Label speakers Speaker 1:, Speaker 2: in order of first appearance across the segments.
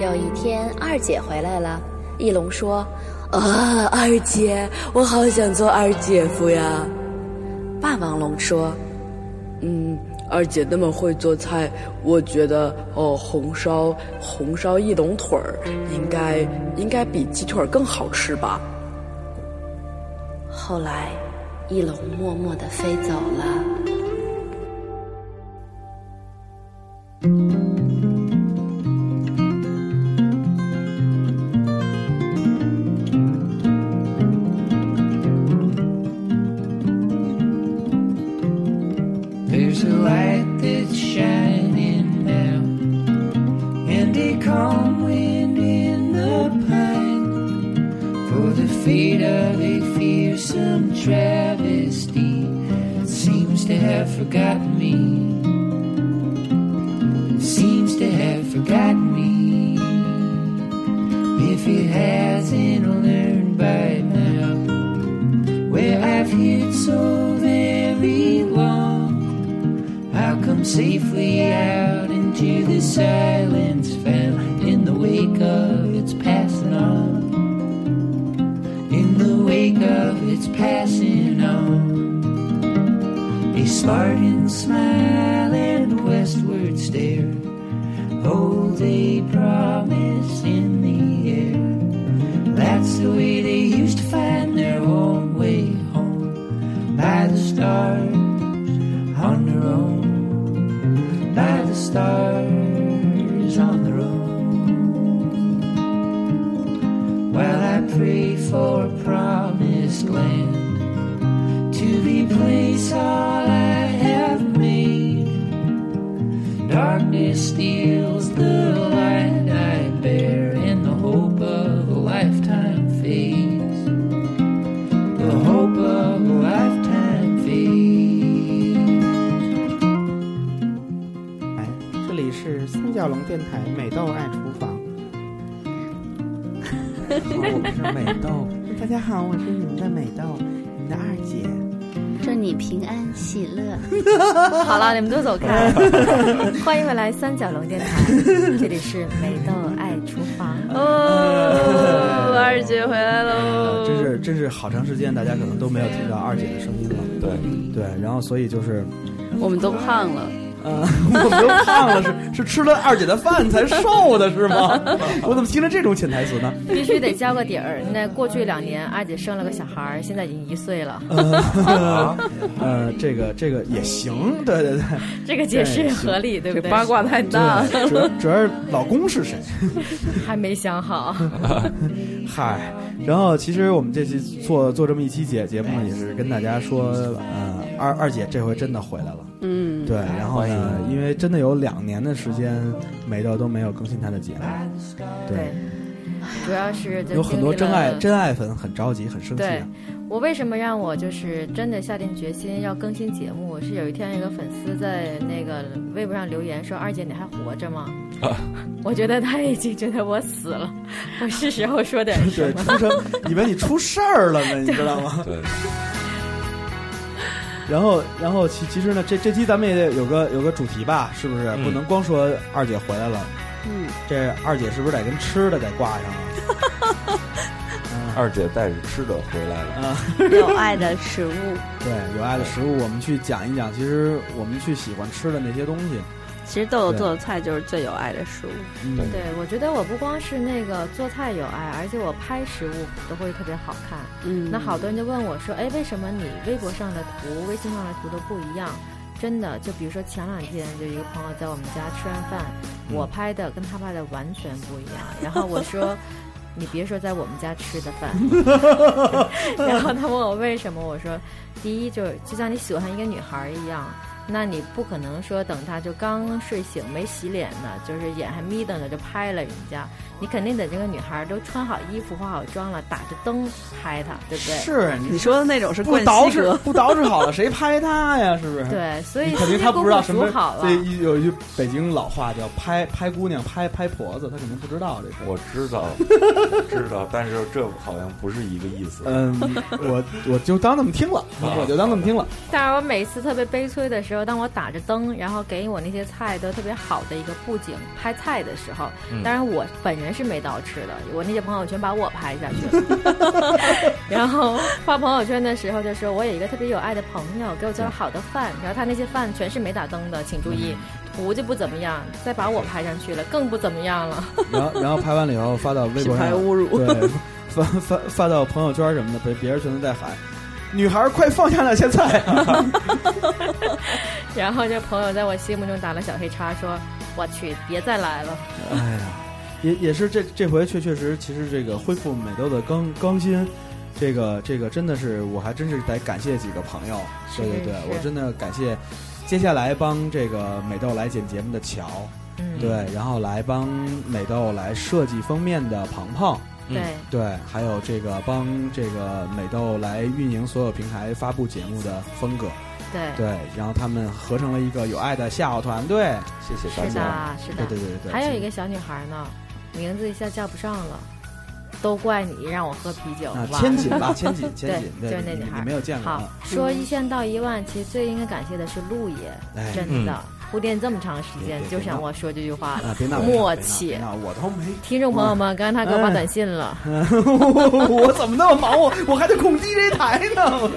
Speaker 1: 有一天，二姐回来了，翼龙说：“啊，二姐，我好想做二姐夫呀。”霸王龙说：“
Speaker 2: 嗯，二姐那么会做菜，我觉得哦，红烧红烧翼龙腿儿应该应该比鸡腿儿更好吃吧。”
Speaker 1: 后来，翼龙默默地飞走了。
Speaker 3: There's a light that's shining now, and a calm wind in the pine for the fate of a fearsome travesty seems to have forgotten me. Seems to have forgotten me. If it hasn't learned by now, where well, I've hid so very long. I'll come safely out into the silence found in the wake of its passing on. In the wake of its passing on. A Spartan smile and westward stare holds a promise in the air. That's the way they used to find their own way home by the stars on their own by the stars on their own while I pray for a promised land to the place all I have made darkness steals the light I bear and the hope of a lifetime fades the hope of a lifetime fades
Speaker 4: 哎这里是三角龙电台美豆爱厨房，
Speaker 5: 哦我是美豆。
Speaker 4: 大家好，我是你们的美豆，你们的二姐。
Speaker 1: 祝你平安喜乐。
Speaker 6: 好了，你们都走开。 欢迎回来三角龙电台，这里是美豆爱厨 房。
Speaker 7: 哦，二姐回来喽！
Speaker 5: 真呃是真是好长时间，大家可能都没有听到二姐的声音了。
Speaker 8: 对
Speaker 5: 对，然后所以就是
Speaker 7: 我们都胖了。
Speaker 5: 嗯，我们都胖了，是是吃了二姐的饭才瘦的，是吗？ 我怎么听着这种潜台词呢？
Speaker 6: 必须得交个底儿。那过去两年，二姐生了个小孩儿，现在已经一岁了。
Speaker 5: 嗯呃,呃，这个这个也行，对对对，
Speaker 6: 这个解释也合理，对不对？
Speaker 7: 八卦太大了，
Speaker 5: 主要主要是老公是谁？
Speaker 6: 还没想好。
Speaker 5: 嗨，然后其实我们这期做做这么一期节节目，也是跟大家说，呃，二二姐这回真的回来了。
Speaker 7: 嗯，
Speaker 5: 对，
Speaker 8: 哎
Speaker 5: 然后呢，因为真的有两年的时间，每道都没有更新他的节目，
Speaker 6: 对，对主要是
Speaker 5: 有很多真爱真啊爱粉很着急，很生气、啊。
Speaker 6: 我为什么让我就是真的下定决心要更新节目？是有一天一个粉丝在那个微博上留言说：“二姐，你还活着吗？”啊、我觉得他已经觉得我死了，我是时候说点什
Speaker 5: 么。 对，出生，以为你出事儿了呢，你知道吗？
Speaker 8: 对。
Speaker 5: 然后，然后其其实呢，这这期咱们也得有个有个主题吧，是不是？
Speaker 8: 嗯、
Speaker 5: 不能光说二姐回来了。
Speaker 7: 嗯，
Speaker 5: 这二姐是不是得跟吃的得挂上啊
Speaker 8: 了？嗯、二姐带着吃的回来了
Speaker 5: 啊，
Speaker 7: 有爱的食物。
Speaker 5: 对，有爱的食物，我们去讲一讲。其实我们去喜欢吃的那些东西。
Speaker 7: 其实豆豆做的菜就是最有爱的食物。
Speaker 5: 嗯、
Speaker 6: 对，我觉得我不光是那个做菜有爱，而且我拍食物都会特别好看。
Speaker 7: 嗯，
Speaker 6: 那好多人就问我说：“哎，为什么你微博上的图、微信上的图都不一样？”真的，就比如说前两天，就一个朋友在我们家吃完饭，嗯、我拍的跟他拍的完全不一样。然后我 说。你别说在我们家吃的饭，然后他问我为什么，我说，第一就是就像你喜欢一个女孩一样，那你不可能说等她就刚睡醒没洗脸呢，就是眼还眯瞪着就拍了人家，你肯定得这个女孩都穿好衣服、化好妆了，打着灯拍她，对不对？
Speaker 5: 是
Speaker 7: 你说的那种是
Speaker 5: 不捯饬不捯饬好了，谁拍她呀？是不是？
Speaker 6: 对，所以
Speaker 5: 肯定他不知道什么。
Speaker 6: 好啊了，
Speaker 5: 有一句北京老话叫“拍拍姑娘，拍拍婆子”，他肯定不知道这事。
Speaker 8: 我知道。知道，但是这好像不是一个意思。
Speaker 5: 呃 嗯，我我就当那么听了，我就当那么听了。
Speaker 6: 但是我每次特别悲催的时时候，当我打着灯，然后给我那些菜都特别好的一个布景拍菜的时候，当然我本人是没到吃的，我那些朋友圈把我拍下去了。 然后发朋友圈的时候就说，我有一个特别有爱的朋友给我做了好的饭，然后他那些饭全是没打灯的，请注意，图就不怎么样，再把我拍上去了，更不怎么样了。
Speaker 5: 然后然后拍完了以后发到微
Speaker 2: 品
Speaker 5: 博上，
Speaker 2: 牌侮辱
Speaker 5: 对，发发发到朋友圈什么的，别别人全都在喊：“女孩儿快放下那些 菜
Speaker 6: 然后这朋友在我心目中打了小黑叉，说：“我去，别再来了。！”
Speaker 5: 哎呀，也也是这这回确确实，其实这个恢复美豆的更更新。这个这个真的是，我还真是得感谢几个朋友，对对对
Speaker 6: 是，
Speaker 5: 我真的感谢，接下来帮这个美豆来剪节目的乔，”
Speaker 6: 嗯，
Speaker 5: 对，然后来帮美豆来设计封面的鹏鹏，
Speaker 6: 对
Speaker 5: 对，还有这个帮这个美豆来运营所有平台发布节目的风格，
Speaker 6: 对
Speaker 5: 对，然后他们合成了一个有爱的夏奥团队，
Speaker 8: 谢谢大
Speaker 6: 是
Speaker 8: 家。
Speaker 6: 的，是
Speaker 5: 对
Speaker 6: 的。
Speaker 5: 对对对对，
Speaker 6: 还有一个小女孩呢，名字一下叫不上了，都怪你让我喝啤酒，
Speaker 5: 啊，
Speaker 6: 哇
Speaker 5: 千锦吧，千 锦，千锦，
Speaker 6: 对就是那
Speaker 5: 你
Speaker 6: 女孩
Speaker 5: 你没有见过
Speaker 6: 好
Speaker 5: 啊？，
Speaker 6: 说一线到一万，其实最应该感谢的是陆爷，
Speaker 5: 哎
Speaker 6: 真的，铺垫这么长时间
Speaker 5: 别别
Speaker 6: 就想我说这句话
Speaker 5: 啊
Speaker 6: 了，，
Speaker 5: 别闹，别闹
Speaker 6: 默
Speaker 5: 别
Speaker 6: 契。
Speaker 5: 闹别闹我都没，
Speaker 6: 听众朋友们，刚才他给我发
Speaker 5: 哎
Speaker 6: 短信了，
Speaker 5: 我怎么那么忙，我我还得控制这台 呢？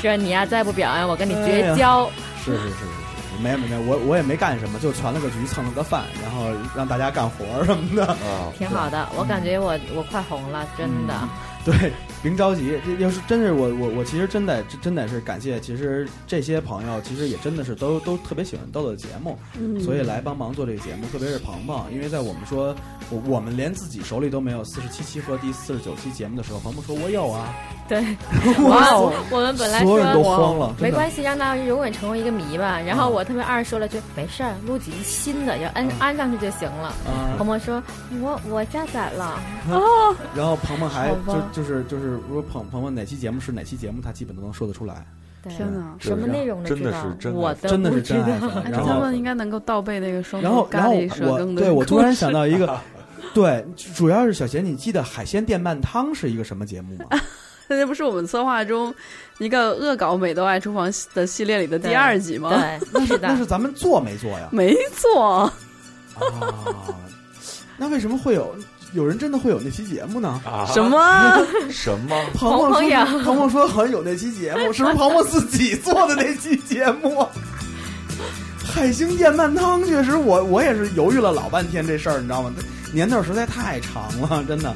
Speaker 6: 说你呀再不表扬我跟你
Speaker 5: 哎呀
Speaker 6: 绝交。
Speaker 5: 是是是是是，没有没有，我我也没干什么，就传了个局，蹭了个饭，然后让大家干活儿什么的。
Speaker 8: 啊，
Speaker 6: 挺好的，我感觉我我快红了，真的。
Speaker 5: 嗯 对，别着急，这要是真是我我我其实真得真得是感谢，其实这些朋友其实也真的是都都特别喜欢豆的节目，
Speaker 6: 嗯
Speaker 5: 所以来帮忙做这个节目，特别是鹏鹏，因为在我们说我我们连自己手里都没有四十七期和第四十九期节目的时候，鹏鹏说我有啊，
Speaker 6: 对，
Speaker 5: 哇
Speaker 6: 我
Speaker 5: 哦
Speaker 6: 我们本来
Speaker 5: 所有人都
Speaker 6: 说
Speaker 5: 慌了，
Speaker 6: 没
Speaker 5: 真的啊
Speaker 6: 关系，让大家永远成为一个谜吧。然后我特别二说了句没事儿，录几集新的，要安安上去就行了。
Speaker 5: 啊
Speaker 6: 鹏。鹏说：“我我下载了，
Speaker 5: 然后鹏鹏还
Speaker 6: 好
Speaker 5: 就
Speaker 6: 吧
Speaker 5: 就是就是说鹏鹏鹏哪期节目是哪期节目，他基本都能说得出来，
Speaker 6: 对，
Speaker 7: 天哪！
Speaker 5: 是
Speaker 6: 什么
Speaker 5: 然后
Speaker 6: 内容都
Speaker 8: 真的
Speaker 6: 知道
Speaker 8: 是真，的
Speaker 6: 我
Speaker 8: 是
Speaker 6: 都
Speaker 5: 真的
Speaker 6: 不
Speaker 5: 是
Speaker 6: 知
Speaker 5: 真爱
Speaker 6: 道。
Speaker 5: 粉。
Speaker 7: 而且
Speaker 5: 然
Speaker 7: 他
Speaker 5: 后
Speaker 7: 们应该能够倒背那个双
Speaker 5: 然后
Speaker 7: 重，
Speaker 5: 然
Speaker 7: 哦咖
Speaker 5: 后
Speaker 7: 喱蛇
Speaker 5: 我
Speaker 7: 羹的
Speaker 5: 对我突然
Speaker 7: 故事
Speaker 5: 想到一个， 对，主要是小贤，你记得海鲜电鳗汤是一个什么节目 吗？
Speaker 7: 那不是我们策划中一个恶搞美豆爱厨房的系列里的第二集吗？？
Speaker 6: 对，是
Speaker 5: 那
Speaker 6: 的
Speaker 5: 是，咱们做没做呀
Speaker 7: 没错，
Speaker 5: 啊， 那为什么会有有人真的会有那期节目呢？
Speaker 8: 啊，
Speaker 7: 什 么？
Speaker 8: 什么？
Speaker 5: 鹏鹏
Speaker 6: 鹏鹏呀
Speaker 5: 说，鹏鹏说好像有那期节目，是不是鹏鹏自己做的那期节目？啊 海星电鳗汤确实我，我也是犹豫了老半天这事儿，你知道吗？年头实在太长了，真的。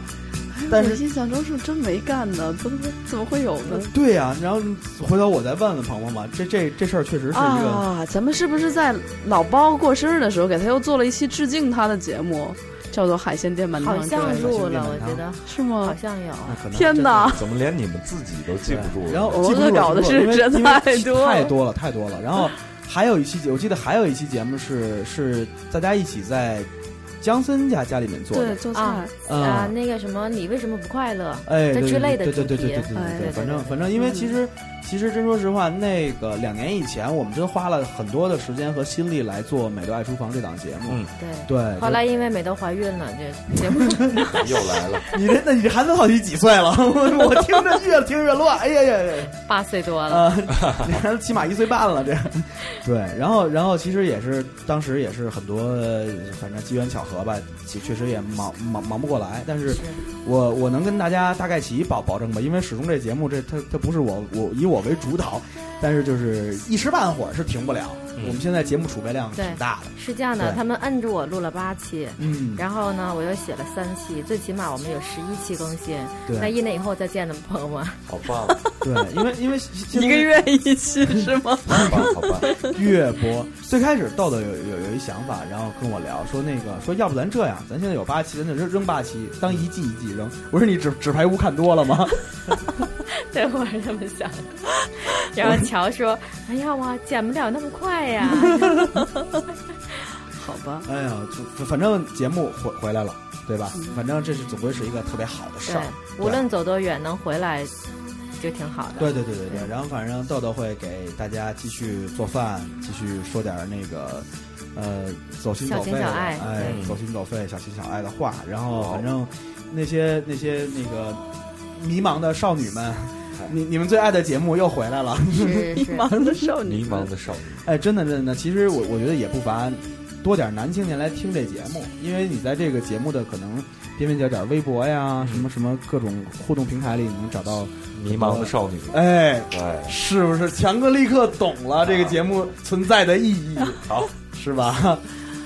Speaker 5: 但
Speaker 7: 我
Speaker 5: 是
Speaker 7: 印象中是真没干的，怎么怎么会有呢？
Speaker 5: 对呀、然后回头我再问问鹏鹏吧，这这这事儿确 实是一个、
Speaker 7: 啊，咱们是不是在老包过生日的时候给他又做了一期致敬他的节目，叫做《海鲜电鳗汤
Speaker 6: 好》？像录了，
Speaker 5: 对
Speaker 6: 我觉得
Speaker 7: 是
Speaker 6: 好
Speaker 7: 吗？
Speaker 6: 像有。
Speaker 5: 那可能
Speaker 7: 天
Speaker 5: 真的
Speaker 7: 哪！
Speaker 8: 怎么连你们自己都记不住了？
Speaker 5: 然后
Speaker 7: 我
Speaker 5: 记不住
Speaker 7: 恶搞的
Speaker 5: 记不住
Speaker 7: 是
Speaker 5: 因为
Speaker 7: 真的
Speaker 5: 因为
Speaker 7: 太多
Speaker 5: 太
Speaker 7: 了
Speaker 5: 多了，太多了。然后还有一期节，我记得还有一期节目是是大家一起在江森家家里面做
Speaker 7: 对，
Speaker 5: 的，
Speaker 7: 做
Speaker 6: 啊
Speaker 7: 菜。
Speaker 6: 啊
Speaker 5: 啊，，
Speaker 6: 那个什么，你为什么不快乐？
Speaker 5: 哎，
Speaker 6: 这
Speaker 5: 对
Speaker 6: 之类的
Speaker 5: 对对
Speaker 6: 主
Speaker 5: 对
Speaker 6: 题
Speaker 5: 对对对对
Speaker 7: 哎
Speaker 5: 对，
Speaker 7: 对
Speaker 5: 反
Speaker 6: 对
Speaker 5: 正
Speaker 6: 对
Speaker 5: 反正因为其实其实真说实话，那个两年以前我们真花了很多的时间和心力来做《美乐爱厨房》这档节目
Speaker 8: 嗯，
Speaker 6: 对。
Speaker 5: 对。
Speaker 6: 后
Speaker 5: 就
Speaker 6: 来因为美豆怀孕了，这节目
Speaker 8: 又来了，
Speaker 5: 你这那你这孩子到底几岁了？ 我我听着越听越乱，哎呀呀呀！
Speaker 6: 八岁多了。
Speaker 5: 啊， 你孩子起码一岁半了，这 对。然后，然后其实也是当时也是很多，呃反正机缘巧合吧，其确实也忙忙忙不过来。但是
Speaker 6: 是
Speaker 5: 我我能跟大家大概齐保保证吧，因为始终这节目这它它不是我我以我为主导，但是就是一时半会儿是停不了。
Speaker 8: 嗯
Speaker 5: 我们现在节目储备量挺
Speaker 6: 对
Speaker 5: 大的，
Speaker 6: 是这样的，
Speaker 5: 对
Speaker 6: 他们摁着我录了八期，
Speaker 5: 嗯，
Speaker 6: 然后呢，我又写了三期，最起码我们有十一期更新。那
Speaker 5: 对
Speaker 6: 一年以后再见了，朋友们。
Speaker 8: 好棒，啊
Speaker 5: 对，因为因为现 在
Speaker 7: 一个月一期是 吗？
Speaker 8: 好棒，好棒！
Speaker 5: 月播。最开始豆豆有有有一想法，然后跟我聊说那个说要不咱这样，咱现在有八期，咱就扔扔八期，当一季一季扔。我说你纸纸牌屋看多了吗？
Speaker 6: 对，我是这么想的。然后乔说：“哎呀，我减不了那么 快呀。
Speaker 7: 好吧，
Speaker 5: 哎呀，就反正节目回回来了，对吧？反正这是总归是一个特别好的”事
Speaker 6: 对
Speaker 5: 儿。，
Speaker 6: 无论走多远，能回来就挺好的。
Speaker 5: 对对对对对，然后反正豆豆会给大家继续做饭，继续说点儿那个，呃，走心
Speaker 6: 小
Speaker 5: 走
Speaker 6: 情
Speaker 5: 肺的，
Speaker 6: 小爱
Speaker 5: 哎，
Speaker 8: 对
Speaker 5: 走心走肺、小情小爱的话，然后
Speaker 8: 好
Speaker 5: 反正那些那些那个迷茫的少女们，
Speaker 8: 害，
Speaker 5: 你你们最爱的节目又回来了，
Speaker 6: 是
Speaker 7: 迷
Speaker 6: 是，
Speaker 7: 茫的少女
Speaker 8: 迷
Speaker 7: 们
Speaker 8: 茫的少女，
Speaker 5: 哎，真的真的，其实我我觉得也不乏多点男青年来听这节目，因为你在这个节目的可能边边角角、微博呀、什么什么各种互动平台里，你能找到，
Speaker 8: 迷茫的少女，
Speaker 5: 哎，
Speaker 8: 对，
Speaker 5: 是不是？强哥立刻懂了这个节目存在的意义，
Speaker 8: 好，
Speaker 5: 是吧？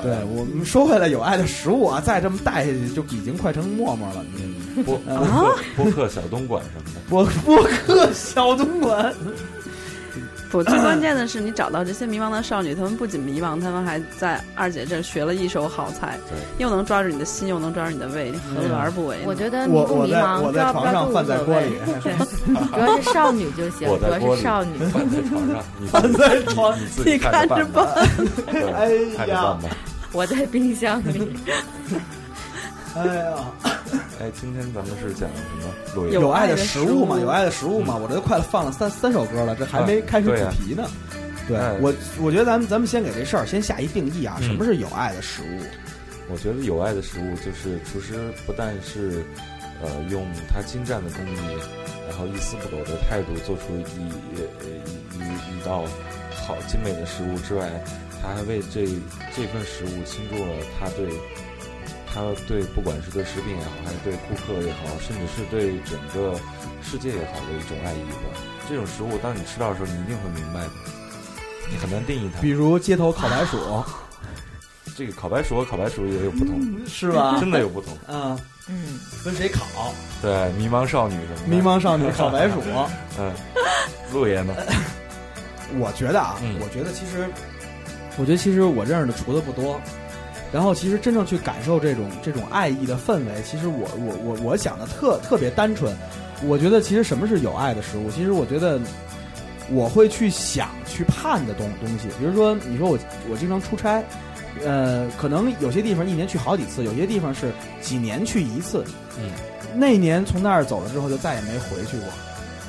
Speaker 5: 对我们说回来，有爱的食物啊，再这么带下去就已经快成沫沫了。
Speaker 8: 嗯播播客播客小东莞什么的，
Speaker 5: 我播客小东莞，
Speaker 7: 不，最关键的是你找到这些迷茫的少女，她们不仅迷茫，她们还在二姐这儿学了一手好菜，又能抓住你的心，又能抓住你的胃，你何乐而不
Speaker 8: 嗯
Speaker 7: 为呢？
Speaker 6: 我觉得迷
Speaker 5: 我
Speaker 6: 不
Speaker 5: 我
Speaker 6: 迷
Speaker 5: 在
Speaker 6: 茫，
Speaker 5: 我在
Speaker 6: 抓不
Speaker 5: 床
Speaker 6: 抓
Speaker 5: 上
Speaker 6: 住
Speaker 5: 饭
Speaker 6: 无
Speaker 5: 在
Speaker 6: 所
Speaker 5: 锅
Speaker 6: 谓
Speaker 5: 里，，
Speaker 6: 主要是少女就行，
Speaker 8: 我
Speaker 6: 主
Speaker 8: 在
Speaker 6: 要是
Speaker 8: 锅里
Speaker 6: 少 女。
Speaker 8: 躺在床上，你
Speaker 5: 躺在床
Speaker 8: 你你自
Speaker 7: 你
Speaker 8: 己看
Speaker 7: 看着
Speaker 8: 办吧，对
Speaker 5: 哎呀
Speaker 8: 看着办吧。
Speaker 6: 我在冰箱里，
Speaker 5: 哎呀。
Speaker 8: 哎，今天咱们是讲什么？录音
Speaker 5: 有爱
Speaker 7: 的食
Speaker 5: 食
Speaker 7: 物
Speaker 5: 嘛，有爱的食物嘛，我这快放了三三首歌了，这还没
Speaker 8: 啊
Speaker 5: 开始
Speaker 8: 对
Speaker 5: 主
Speaker 8: 啊
Speaker 5: 题呢。
Speaker 6: 嗯
Speaker 5: 对
Speaker 8: 哎
Speaker 5: 我，我觉得咱们咱们先给这事儿先下一定义啊，
Speaker 8: 嗯
Speaker 5: 什么是有爱的食物？
Speaker 8: 我觉得有爱的食物就是厨师不但是呃用他精湛的工艺，然后一丝不苟的态度做出一呃一一一道好精美的食物之外，他还为这这份食物倾注了他对他对不管是对食品也好，还是对顾客也好，甚至是对整个世界也好的一种爱意吧。这种食物当你吃到的时候，你一定会明白的。你很难定义它
Speaker 5: 比，如街头烤白薯，
Speaker 8: 这个烤白薯和烤白薯也有不同，
Speaker 5: 是 吧？
Speaker 8: 真的有不同。
Speaker 5: 嗯，
Speaker 6: 嗯，
Speaker 5: 跟谁烤？
Speaker 8: 对，迷茫少女什么的。
Speaker 5: 迷茫少女烤白薯。
Speaker 8: 嗯，陆爷呢？
Speaker 5: 我觉得啊
Speaker 8: 嗯，
Speaker 5: 我觉得其实，我觉得其实我认识的厨子不多。然后，其实真正去感受这种这种爱意的氛围，其实我我我我想的特特别单纯。我觉得其实什么是有爱的食物？其实我觉得我会去想去盼的东东西，比如说你说我我经常出差，呃，可能有些地方一年去好几次，有些地方是几年去一次。
Speaker 8: 嗯，
Speaker 5: 那年从那儿走了之后，就再也没回去过。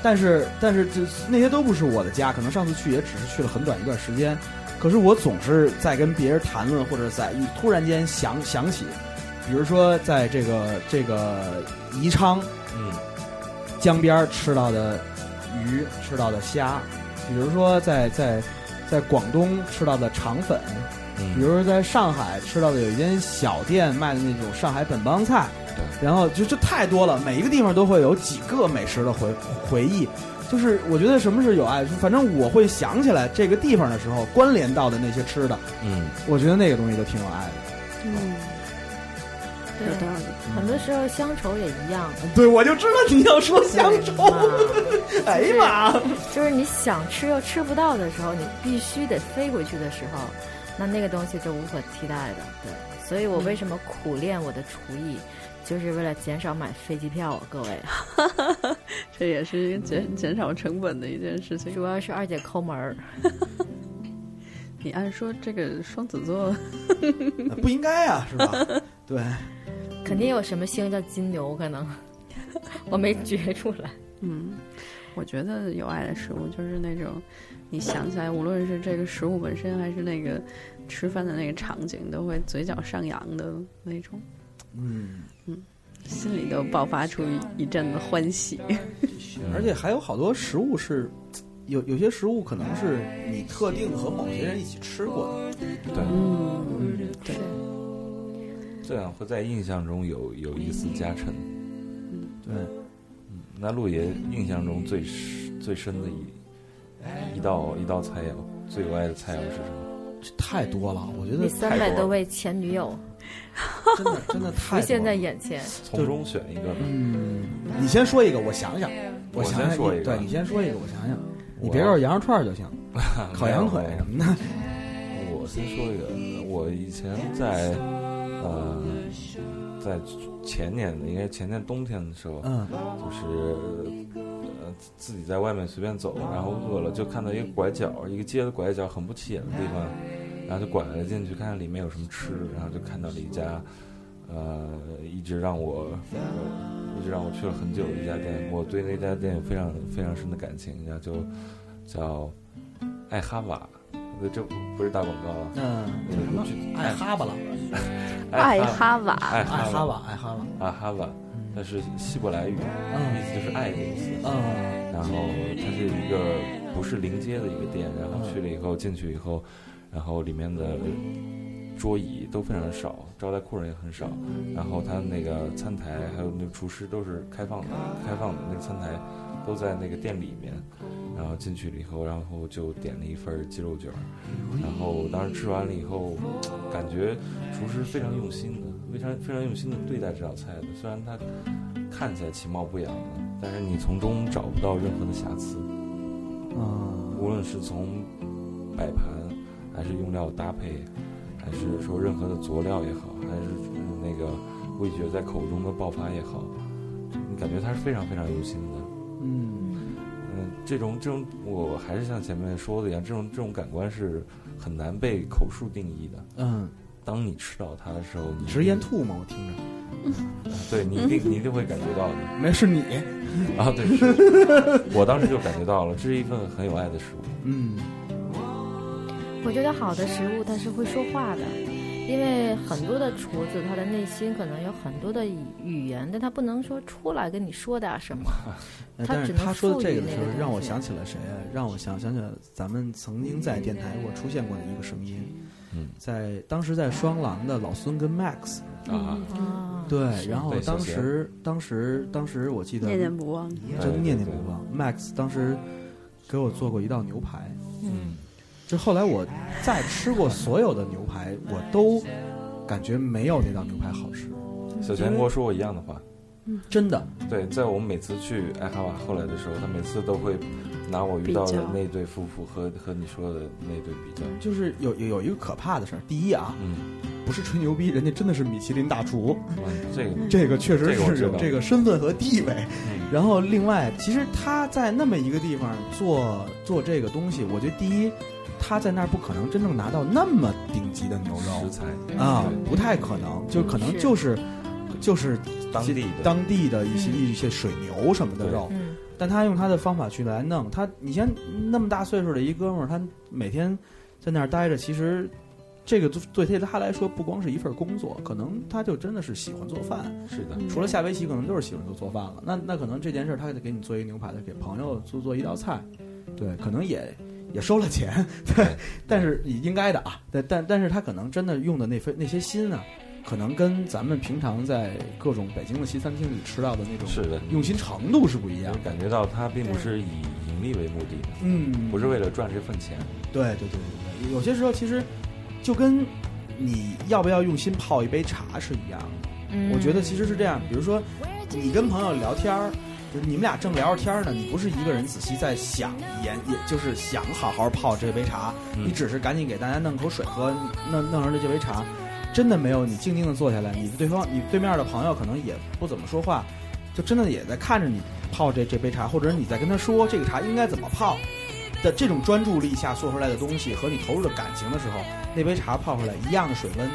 Speaker 5: 但是但是这那些都不是我的家，可能上次去也只是去了很短一段时间。可是我总是在跟别人谈论，或者在一突然间想想起，比如说在这个这个宜昌
Speaker 8: 嗯，
Speaker 5: 江边儿吃到的鱼，吃到的虾，比如说在在在广东吃到的肠粉，比
Speaker 8: 嗯
Speaker 5: 如说在上海吃到的有一间小店卖的那种上海本帮菜，
Speaker 8: 对
Speaker 5: 然后就这太多了，每一个地方都会有几个美食的回回忆。就是我觉得什么是有爱，就反正我会想起来这个地方的时候，关联到的那些吃的，
Speaker 8: 嗯，
Speaker 5: 我觉得那个东西就挺有爱的。
Speaker 7: 嗯，有道理。
Speaker 6: 对， 很多时候乡愁也一样。
Speaker 5: 对，我就知道你要说乡愁。哎呀妈！
Speaker 6: 就是你想吃又吃不到的时候，你必须得飞回去的时候，那那个东西就无可替代的。对，所以我为什么苦练我的厨艺，就是为了减少买飞机票啊，各位。
Speaker 7: 这也是一个减减少成本的一件事情。
Speaker 6: 主要是二姐抠门儿，
Speaker 7: 你按说这个双子座，
Speaker 5: 不应该啊，是吧？对，
Speaker 6: 肯定有什么星叫金牛，可能我没觉出来。
Speaker 7: 嗯，我觉得有爱的食物就是那种，你想起来，无论是这个食物本身，还是那个吃饭的那个场景，都会嘴角上扬的那种，
Speaker 5: 嗯，
Speaker 7: 心里都爆发出一阵子欢喜。
Speaker 5: 而且还有好多食物是，有有些食物可能是你特定和某些人一起吃过的。
Speaker 8: 对，
Speaker 7: 嗯，对，
Speaker 8: 这样会在印象中有有一丝加成。
Speaker 5: 对，
Speaker 8: 嗯，那陆爷印象中最深最深的一一道一道菜肴，最有爱的菜肴是什么？
Speaker 5: 这太多了，我觉
Speaker 6: 那
Speaker 5: 得
Speaker 6: 嗯三百多位前女友
Speaker 5: 真的真 的太多
Speaker 6: 浮
Speaker 5: 了
Speaker 6: 现在眼前，
Speaker 8: 从中选一个吧。
Speaker 5: 嗯，你先说一个，我想想，
Speaker 8: 我
Speaker 5: 想
Speaker 8: 先
Speaker 5: 想，
Speaker 8: 说
Speaker 5: 你
Speaker 8: 一个
Speaker 5: 对你先说一个，我想想，嗯你
Speaker 8: 我
Speaker 5: 别告诉羊肉串儿就行，烤羊腿什么的。
Speaker 8: 哦我先说一个，我以前在呃在前年的，应该是前年冬天的时候，
Speaker 5: 嗯
Speaker 8: 就是呃自己在外面随便走，然后饿了就看到一个拐角，一个街的拐角很不起眼的地方，然后就拐了进去看看里面有什么吃，然后就看到了一家呃一直让我、呃、一直让我去了很久的一家店，我对那家店有非常非常深的感情，然后就叫爱哈瓦。呃这不是打广告啊，
Speaker 5: 嗯，
Speaker 8: 嗯
Speaker 5: 叫什么
Speaker 8: 我去？
Speaker 5: 爱哈巴了，
Speaker 7: 爱
Speaker 8: 哈
Speaker 7: 哈瓦，
Speaker 8: 爱
Speaker 5: 爱哈
Speaker 8: 哈
Speaker 5: 巴，爱哈巴。
Speaker 8: 爱哈瓦，
Speaker 5: 嗯
Speaker 8: 但是希伯来语
Speaker 5: 嗯
Speaker 8: 意思就是爱的意思。
Speaker 5: 嗯
Speaker 8: 然后它是一个不是临街的一个店，然后去了以后进去以后，然后里面的桌椅都非常少，招待客人也很少，然后它那个餐台还有那个厨师都是开放的，开放的那个餐台都在那个店里面。然后进去了以后，然后就点了一份鸡肉卷儿，然后当时吃完了以后，感觉厨师非常用心的，非常非常用心的对待这道菜的。虽然它看起来其貌不扬的，但是你从中找不到任何的瑕疵，
Speaker 5: 嗯
Speaker 8: 无论是从摆盘，还是用料搭配，还是说任何的佐料也好，还是嗯那个味觉在口中的爆发也好，你感觉它是非常非常用心的。
Speaker 5: 嗯
Speaker 8: 嗯，这种这种，我还是像前面说的一样，这种这种感官是很难被口述定义的。
Speaker 5: 嗯，
Speaker 8: 当你吃到它的时候，你
Speaker 5: 直咽，吐嘛，我听着，
Speaker 8: 对你一 定你一定会感觉到的。
Speaker 5: 没是你，
Speaker 8: 啊，对，是 我当时就感觉到了，这是一份很有爱的食物。
Speaker 5: 嗯
Speaker 6: 我觉得好的食物它是会说话的，因为很多的厨子他的内心可能有很多的语语言，但他不能说出来跟你说点什 么。
Speaker 5: 哎
Speaker 6: 他
Speaker 5: 但是
Speaker 6: 只能
Speaker 5: 他说的
Speaker 6: 赋
Speaker 5: 这
Speaker 6: 予
Speaker 5: 个的
Speaker 6: 那
Speaker 5: 时
Speaker 6: 个
Speaker 5: 候，
Speaker 6: 东
Speaker 5: 让我
Speaker 6: 西
Speaker 5: 想起了谁啊？让我想想起了咱们曾经在电台我出现过的一个声音，
Speaker 8: 嗯
Speaker 5: 在当时在双廊的老孙跟 Max，
Speaker 8: 啊，
Speaker 6: 啊，
Speaker 5: 对，然后
Speaker 8: 对小
Speaker 5: 当
Speaker 8: 贤
Speaker 5: 时当时当时我记得
Speaker 7: 念念不忘。
Speaker 5: 真
Speaker 8: 对
Speaker 5: 念
Speaker 8: 对
Speaker 5: 念
Speaker 8: 对
Speaker 5: 不忘，Max 当时给我做过一道牛排，
Speaker 6: 嗯，
Speaker 5: 就后来我再吃过所有的牛排，我都感觉没有那道牛排好吃，
Speaker 8: 小泉跟我说过一样的话。
Speaker 5: 真的。
Speaker 8: 对，在我们每次去艾哈瓦后来的时候，他每次都会拿我遇到
Speaker 7: 比
Speaker 8: 的
Speaker 7: 较
Speaker 8: 那对夫妇和和你说的那对比较。
Speaker 5: 就是有有有一个可怕的事儿，第一啊，
Speaker 8: 嗯，
Speaker 5: 不是吹牛逼，人家真的是米其林大厨，
Speaker 8: 嗯这个
Speaker 5: 这个确实
Speaker 8: 这个我
Speaker 5: 是
Speaker 8: 知
Speaker 5: 有
Speaker 8: 道
Speaker 5: 这个身份和地位。
Speaker 8: 嗯
Speaker 5: 然后另外，其实他在那么一个地方做做这个东西，我觉得第一，他在那儿不可能真正拿到那么顶级的牛
Speaker 8: 食
Speaker 5: 肉
Speaker 8: 材，
Speaker 5: 啊，不太可能，就可能就是就是
Speaker 8: 当地的
Speaker 5: 当地的一些
Speaker 6: 嗯
Speaker 5: 一些水牛什么的
Speaker 8: 对
Speaker 5: 肉，
Speaker 6: 嗯，
Speaker 5: 但他用他的方法去来弄他。你先那么大岁数的一哥们儿，他每天在那儿待着，其实这个对对他来说不光是一份工作，可能他就真的是喜欢做饭。
Speaker 8: 是的，
Speaker 5: 除了下围棋，可能就是喜欢做做饭了。那那可能这件事儿，他得给你做一牛排，他给朋友做做一道菜，对，可能也也收了钱，对， 但是也应该的啊。但但但是他可能真的用的那份那些心啊，可能跟咱们平常在各种北京的西餐厅里吃到的那种
Speaker 8: 是的，
Speaker 5: 用心程度是不一
Speaker 8: 你
Speaker 5: 样
Speaker 8: 会
Speaker 5: 的。
Speaker 8: 感觉到他并不是以盈利为目的的，
Speaker 5: 嗯
Speaker 8: 不是为了赚这份钱。
Speaker 5: 对对对对对，有些时候其实就跟你要不要用心泡一杯茶是一样的。
Speaker 6: 嗯
Speaker 5: 我觉得其实是这样，比如说你跟朋友聊天儿，就是你们俩正聊着天儿呢，你不是一个人仔细在想研，也就是想好好泡这杯茶，
Speaker 8: 嗯
Speaker 5: 你只是赶紧给大家弄口水喝，弄弄上这杯茶，真的没有你静静的坐下来，你对方你对面的朋友可能也不怎么说话，就真的也在看着你泡这这杯茶，或者你在跟他说这个茶应该怎么泡的这种专注力下做出来的东西和你投入的感情的时候，那杯茶泡出来一样的水温，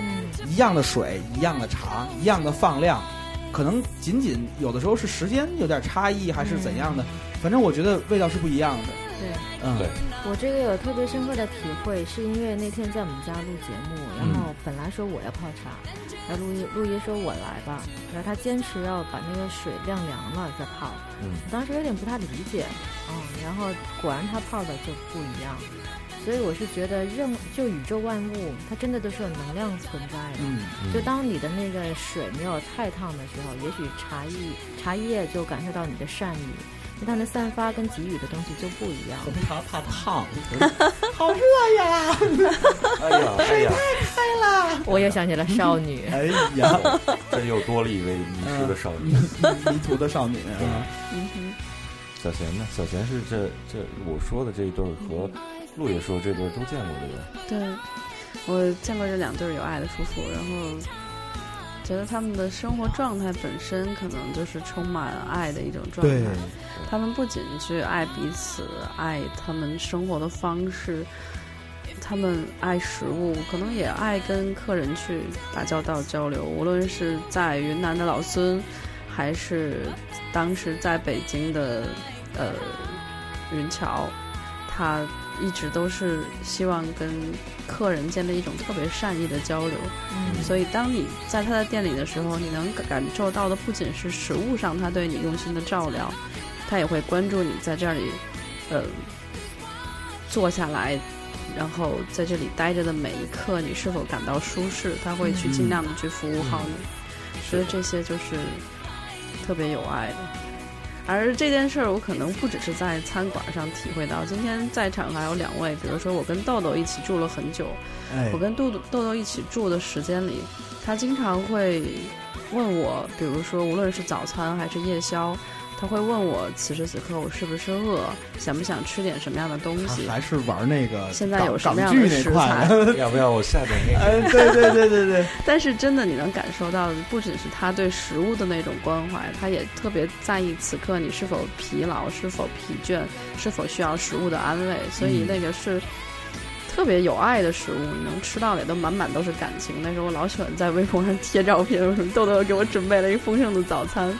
Speaker 6: 嗯，
Speaker 5: 一样的水，一样的茶，一样的放量，可能仅仅有的时候是时间有点差异，还是怎样的，反正我觉得味道是不一样的。
Speaker 6: 对。
Speaker 5: 嗯，
Speaker 8: 对
Speaker 6: 我这个有特别深刻的体会，是因为那天在我们家录节目，
Speaker 5: 嗯
Speaker 6: 然后本来说我要泡茶，然后陆一陆一说我来吧，然后他坚持要把那个水晾凉了再泡，
Speaker 8: 嗯
Speaker 6: 我当时有点不太理解，嗯，然后果然他泡的就不一样，所以我是觉得任就宇宙万物，它真的都是有能量存在的。
Speaker 5: 嗯，
Speaker 8: 嗯
Speaker 6: 就当你的那个水没有太烫的时候，也许茶叶茶叶就感受到你的善意，那它的散发跟给予的东西就不一 样。
Speaker 5: 茶怕烫，
Speaker 8: 哎呀哎 呀，
Speaker 6: 我又想起了少女，
Speaker 5: 哎呀，
Speaker 8: 这又多了一位迷失的少女。
Speaker 5: 迷途的少女啊，
Speaker 7: 嗯
Speaker 8: 小贤呢？小贤是这这我说的这一对儿和陆爷说这对儿都见过的人。
Speaker 7: 对，我见过这两对儿有爱的夫妇，然后觉得他们的生活状态本身可能就是充满爱的一种状态。他们不仅去爱彼此，爱他们生活的方式，他们爱食物，可能也爱跟客人去打交道交流。无论是在云南的老孙，还是当时在北京的呃云桥，他一直都是希望跟客人建立一种特别善意的交流。
Speaker 6: 嗯
Speaker 7: 所以，当你在他的店里的时候，你能感感受到的不仅是食物上他对你用心的照料，他也会关注你在这里，呃，坐下来，然后在这里待着的每一刻，你是否感到舒适？他会去尽量的去服务好你。所以这些就是特别有爱的。而这件事儿，我可能不只是在餐馆上体会到。今天在场还有两位，比如说我跟豆豆一起住了很久，
Speaker 5: 哎
Speaker 7: 我，跟豆豆豆豆一起住的时间里，他经常会问我，比如说无论是早餐还是夜宵，他会问我此时此刻我是不是饿，想不想吃点什么样的东
Speaker 5: 他
Speaker 7: 西。
Speaker 5: 还是玩那个
Speaker 7: 现在
Speaker 5: 港
Speaker 7: 有什
Speaker 5: 港
Speaker 7: 么样
Speaker 5: 剧
Speaker 7: 的
Speaker 5: 那
Speaker 7: 食
Speaker 5: 块
Speaker 7: 材？
Speaker 8: 要不要我下点那个？
Speaker 5: 哎， 对对对对对，
Speaker 7: 但是真的，你能感受到的不仅是他对食物的那种关怀，他也特别在意此刻你是否疲劳、是否疲倦、是否需要食物的安慰。所以
Speaker 5: 嗯
Speaker 7: 那个是特别有爱的食物，你能吃到的也都满满都是感情。那时候我老喜欢在微博上贴照片，说什么豆豆给我准备了一个丰盛的早餐。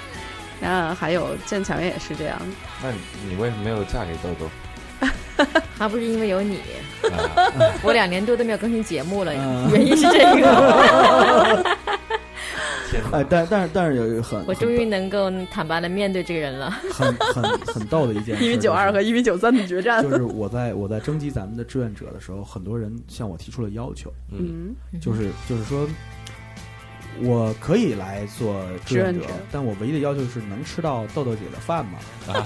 Speaker 7: 然后还有建强也是这 样，
Speaker 8: 那你为什么没有嫁给豆豆？
Speaker 6: 还不是因为有你，
Speaker 8: 啊，
Speaker 6: 我两年多都没有更新节目了，
Speaker 5: 嗯
Speaker 6: 原因是这 个。
Speaker 8: 天哪！
Speaker 5: 哎，但但是但是有有很
Speaker 6: 我终于能够坦白的面对这个人 了。
Speaker 5: 很很很很逗的一件 事，
Speaker 7: 一米九二
Speaker 5: 就是
Speaker 7: 和一米九三的决 战。
Speaker 5: 就是我在我在征集咱们的志愿者的时候，很多人向我提出了要求，
Speaker 8: 嗯，
Speaker 7: 嗯，
Speaker 5: 就是就是说，我可以来做志愿者
Speaker 7: 志愿者，
Speaker 5: 但我唯一的要求是能吃到豆豆姐的饭吗？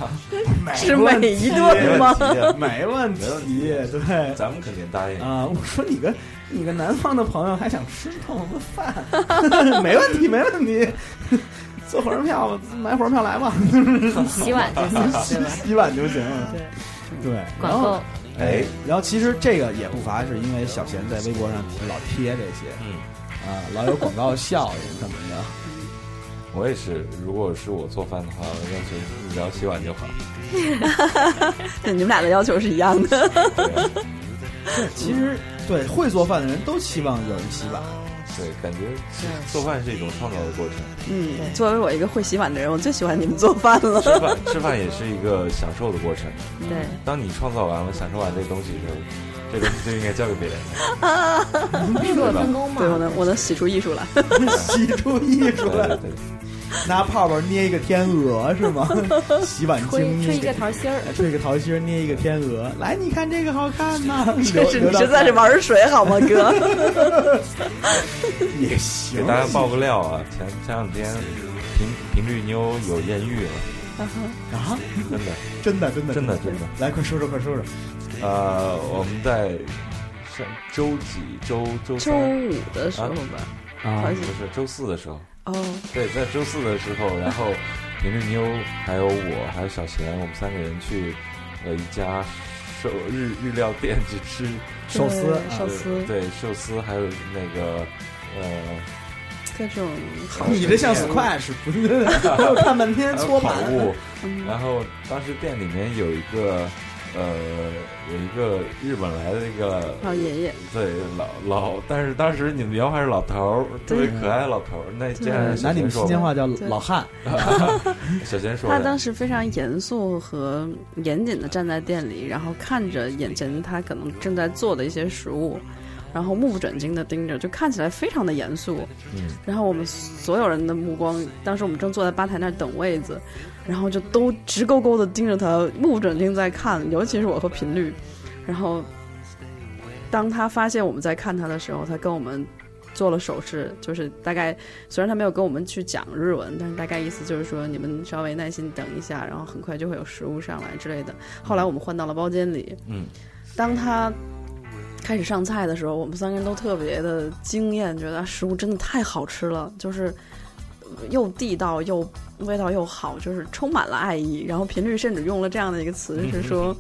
Speaker 7: 是每一
Speaker 5: 嗯
Speaker 8: 没
Speaker 7: 顿吗
Speaker 8: 问？题啊，
Speaker 5: 啊没问
Speaker 8: 没问
Speaker 5: 题
Speaker 8: 题，
Speaker 5: 对。
Speaker 8: 咱们肯定答应。
Speaker 5: 啊、我说你个你个南方的朋友还想吃豆腐饭， 没问题没问题，坐火车票买火车票来 吧，
Speaker 6: 洗碗就 行，对吧？
Speaker 5: 一碗就行了。对，然
Speaker 6: 管
Speaker 5: 后
Speaker 6: 够，
Speaker 5: 哎，然后其实这个也不乏是因为小贤在微博上老贴这些，
Speaker 8: 嗯，
Speaker 5: 啊，老有广告效应什么的。
Speaker 8: 我也是。如果是我做饭的话，我要求你只要洗碗就好。
Speaker 7: 嗯 对，你们俩的要求是一样的。
Speaker 8: 对，
Speaker 5: 其实对会做饭的人都期望有人洗碗，
Speaker 8: 对，感觉做饭是一种创造的过程，
Speaker 7: 嗯，作为我一个会洗碗的人，我最喜欢你们做饭了。
Speaker 8: 吃饭吃饭也是一个享受的过程。
Speaker 6: 对，
Speaker 8: 当你创造完了、享受完这东西之后，这东西就应该交给别人了。
Speaker 6: 这不是有分工
Speaker 7: 对，我
Speaker 6: 嘛？
Speaker 7: 能我能洗出艺术 来。
Speaker 5: 洗出艺术
Speaker 8: 对
Speaker 5: 来
Speaker 8: 对，对，
Speaker 5: 拿泡泡捏一个天鹅是吗？洗碗
Speaker 6: 吹
Speaker 5: 精
Speaker 6: 吹一个
Speaker 5: 捏。
Speaker 6: 桃心儿，
Speaker 5: 吹个桃心儿，捏一个天鹅，来，你看这个好看吗？
Speaker 7: 这是你是在这玩水好吗， 哥？
Speaker 5: 也行
Speaker 8: 给，大家爆个料啊！前前两天平平绿妞有艳遇了，
Speaker 5: 啊！
Speaker 8: 真的。
Speaker 5: 真的，真的，
Speaker 8: 真的真的，
Speaker 5: 来，快说说，快说说，
Speaker 8: 呃，我们在上周几周周
Speaker 7: 周
Speaker 8: 三
Speaker 7: 五的时候吧。
Speaker 3: Uh,
Speaker 5: 啊
Speaker 7: 好
Speaker 8: 不是周四的时候，
Speaker 7: 哦，
Speaker 8: 对，在周四的时候，然后林绿妞还有我还有小贤，我们三个人去呃一家寿日日料店去吃
Speaker 5: 寿司，啊
Speaker 7: 对寿司
Speaker 8: 对寿司，还有那个呃
Speaker 7: 各种啊好
Speaker 5: 你这像 squash，不是？我看半天
Speaker 8: 还有
Speaker 5: 搓
Speaker 8: 烤
Speaker 5: 板，
Speaker 8: 物，
Speaker 7: 嗯
Speaker 8: 然后当时店里面有一个呃有一个日本来的一个
Speaker 7: 老爷爷，
Speaker 8: 对，老老，但是当时你们摇还是老头儿，特别可爱的老头儿。那这样
Speaker 7: 对
Speaker 8: 小
Speaker 5: 拿你
Speaker 8: 贤
Speaker 5: 们
Speaker 8: 说
Speaker 5: 新疆
Speaker 8: 吧，
Speaker 5: 话叫
Speaker 7: 对
Speaker 5: 老汉，
Speaker 8: 小贤说
Speaker 7: 他
Speaker 8: 的，
Speaker 7: 当时非常严肃和严谨的站在店里，然后看着眼前他可能正在做的一些食物，然后目不转睛的盯着，就看起来非常的严肃。
Speaker 8: 嗯，
Speaker 7: 然后我们所有人的目光，当时我们正坐在吧台那儿等位子，然后就都直勾勾的盯着他，目不转睛在看，尤其是我和频率。然后，当他发现我们在看他的时候，他跟我们做了手势，就是大概虽然他没有跟我们去讲日文，但是大概意思就是说你们稍微耐心等一下，然后很快就会有食物上来之类的。后来我们换到了包间里，
Speaker 8: 嗯，
Speaker 7: 当他开始上菜的时候，我们三个人都特别的惊艳，觉得啊食物真的太好吃了，就是呃又地道又味道又好，就是充满了爱意。然后频率甚至用了这样的一个词，是说。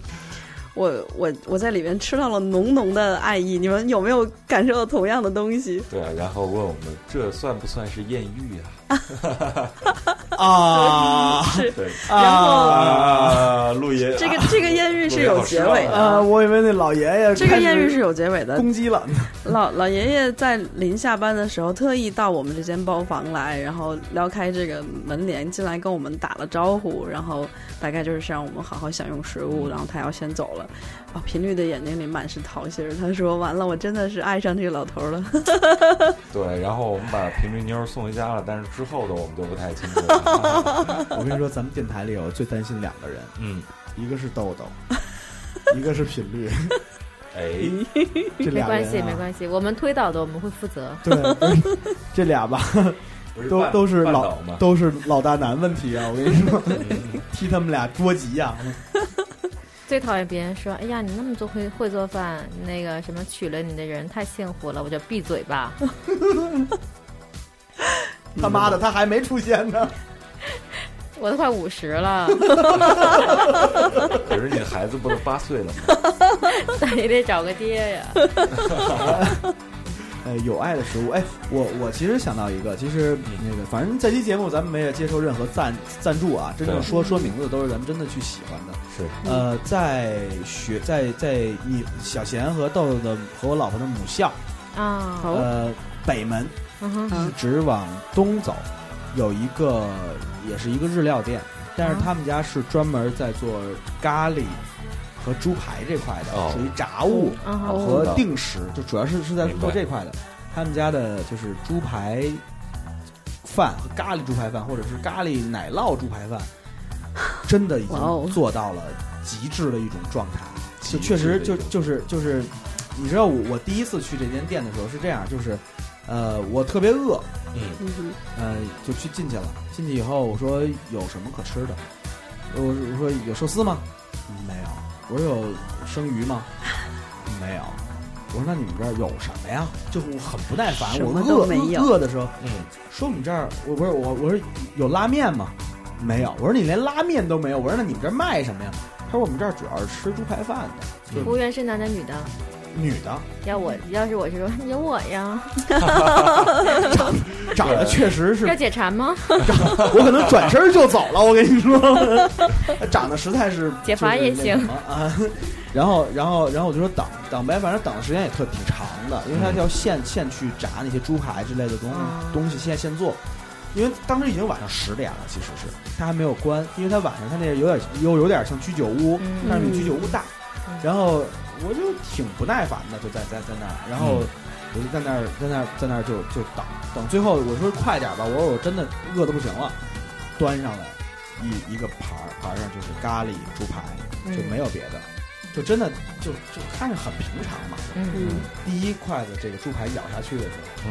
Speaker 7: 我我我在里面吃到了浓浓的爱意，你们有没有感受到同样的东西？
Speaker 8: 对啊，然后问我们这算不算是艳遇啊？
Speaker 5: 啊
Speaker 8: 对
Speaker 7: 然后
Speaker 8: 啊，陆爷，
Speaker 7: 嗯这个这个艳遇是有结尾的，
Speaker 5: 啊！我以为那老爷爷
Speaker 7: 这个
Speaker 5: 开始
Speaker 7: 艳遇是有结尾的，
Speaker 5: 攻击了，
Speaker 7: 老老爷爷在临下班的时候，特意到我们这间包房来，然后撩开这个门帘进来，跟我们打了招呼，然后大概就是让我们好好享用食物，然后他要先走了，了。啊，频率的眼睛里满是桃心儿。他说：“完了，我真的是爱上这个老头儿了。
Speaker 8: 对，然后我们把频率妞儿送回家了，但是之后的我们就不太清楚了。
Speaker 5: 我跟你说，咱们电台里我最担心两个人，
Speaker 8: 嗯，
Speaker 5: 一个是 豆豆，一个是频率，
Speaker 8: 哎，
Speaker 5: 这
Speaker 6: 没
Speaker 5: 俩
Speaker 6: 关
Speaker 5: 人、啊、
Speaker 6: 系，没关系，我们推导的我们会负责。
Speaker 5: 对， 不是这俩吧，
Speaker 8: 不是
Speaker 5: 都
Speaker 8: 半
Speaker 5: 都是
Speaker 8: 半
Speaker 5: 老
Speaker 8: 岛吗？
Speaker 5: 都是老大难问题啊！我跟你说， 替他们俩捉急啊呀、
Speaker 6: 最讨厌别人说：“哎呀，你那么做会会做饭，那个什么娶了你的人太幸福了。”我就闭嘴吧。
Speaker 5: 他妈的，他还没出现呢。
Speaker 6: 我都快五十了，
Speaker 8: 可是你孩子不是八岁了吗？
Speaker 6: 那也得找个爹呀。
Speaker 5: 呃，有爱的食物。哎，我我其实想到一个，其实那个，反正这期节目咱们没有接受任何赞赞助啊，真正
Speaker 8: 对嗯
Speaker 5: 说说名字的都是咱们真的去喜欢的。
Speaker 8: 是，
Speaker 5: 呃，在学在在你小贤和豆豆的和我老婆的母校，
Speaker 6: 啊，
Speaker 7: 哦
Speaker 5: 呃，北门
Speaker 6: 嗯哼
Speaker 7: 啊
Speaker 5: 一直往东走，有一个也是一个日料店，但
Speaker 8: 哦
Speaker 5: 是
Speaker 6: 啊
Speaker 5: 他们家是专门在做咖喱和猪排这块的，
Speaker 8: 哦
Speaker 5: 属于炸物。
Speaker 6: 嗯哼，
Speaker 5: 和定时，就主要是是在做这块的。他们家的就是猪排饭和咖喱猪排饭，或者是咖喱奶酪猪排饭，真的已
Speaker 7: 哇哦
Speaker 5: 经做到了极致的一种状态。就
Speaker 8: 极致
Speaker 5: 确实
Speaker 8: 的一
Speaker 5: 就
Speaker 8: 种
Speaker 5: 就是就是，你知道我我第一次去这间店的时候是这样，就是呃我特别饿，
Speaker 8: 嗯”，
Speaker 7: 嗯哼，
Speaker 5: 呃，就去进去了。进去以后，我说有什么可吃的？我我说有寿司吗？嗯没有。我说有生鱼吗？嗯没有。我说那你们这儿有什么呀？就我很不耐烦，
Speaker 7: 什
Speaker 5: 我
Speaker 7: 么
Speaker 5: 饿
Speaker 7: 都没有
Speaker 5: 饿的时候，
Speaker 8: 嗯，
Speaker 5: 说我们这儿我不是我我说有拉面吗？没有。我说你连拉面都没有。我说那你们这儿卖什么呀？他说我们这儿主要是吃猪排饭的，就
Speaker 6: 服务员是男的女的？
Speaker 5: 女的，
Speaker 6: 要我要是我是说有我呀，
Speaker 5: 长得确实是
Speaker 6: 要解馋吗？
Speaker 5: 我可能转身就走了。我跟你 说，长得实在是
Speaker 6: 解乏也行
Speaker 5: 就是那什么啊。然后，然后，然后我就说等等呗，反正等的时间也特挺长的，因为它要现现去炸那些猪排之类的东
Speaker 6: 哦
Speaker 5: 东西，现现做。因为当时已经晚上十点了，其实是它还没有关，因为它晚上它那有点又有点像居酒屋，
Speaker 6: 嗯
Speaker 5: 但是比居酒屋大
Speaker 6: 嗯。
Speaker 5: 然后我就挺不耐烦的，就在在在那儿，然后我就在那儿在那儿在那儿就就等等，最后我说快点吧，我说我真的饿的不行了，端上来一一个盘儿，盘儿上就是咖喱猪排，
Speaker 6: 嗯
Speaker 5: 就没有别的，就真的就就看着很平常嘛。
Speaker 6: 嗯，
Speaker 7: 嗯，
Speaker 5: 第一筷子这个猪排咬下去的时候，
Speaker 8: 嗯，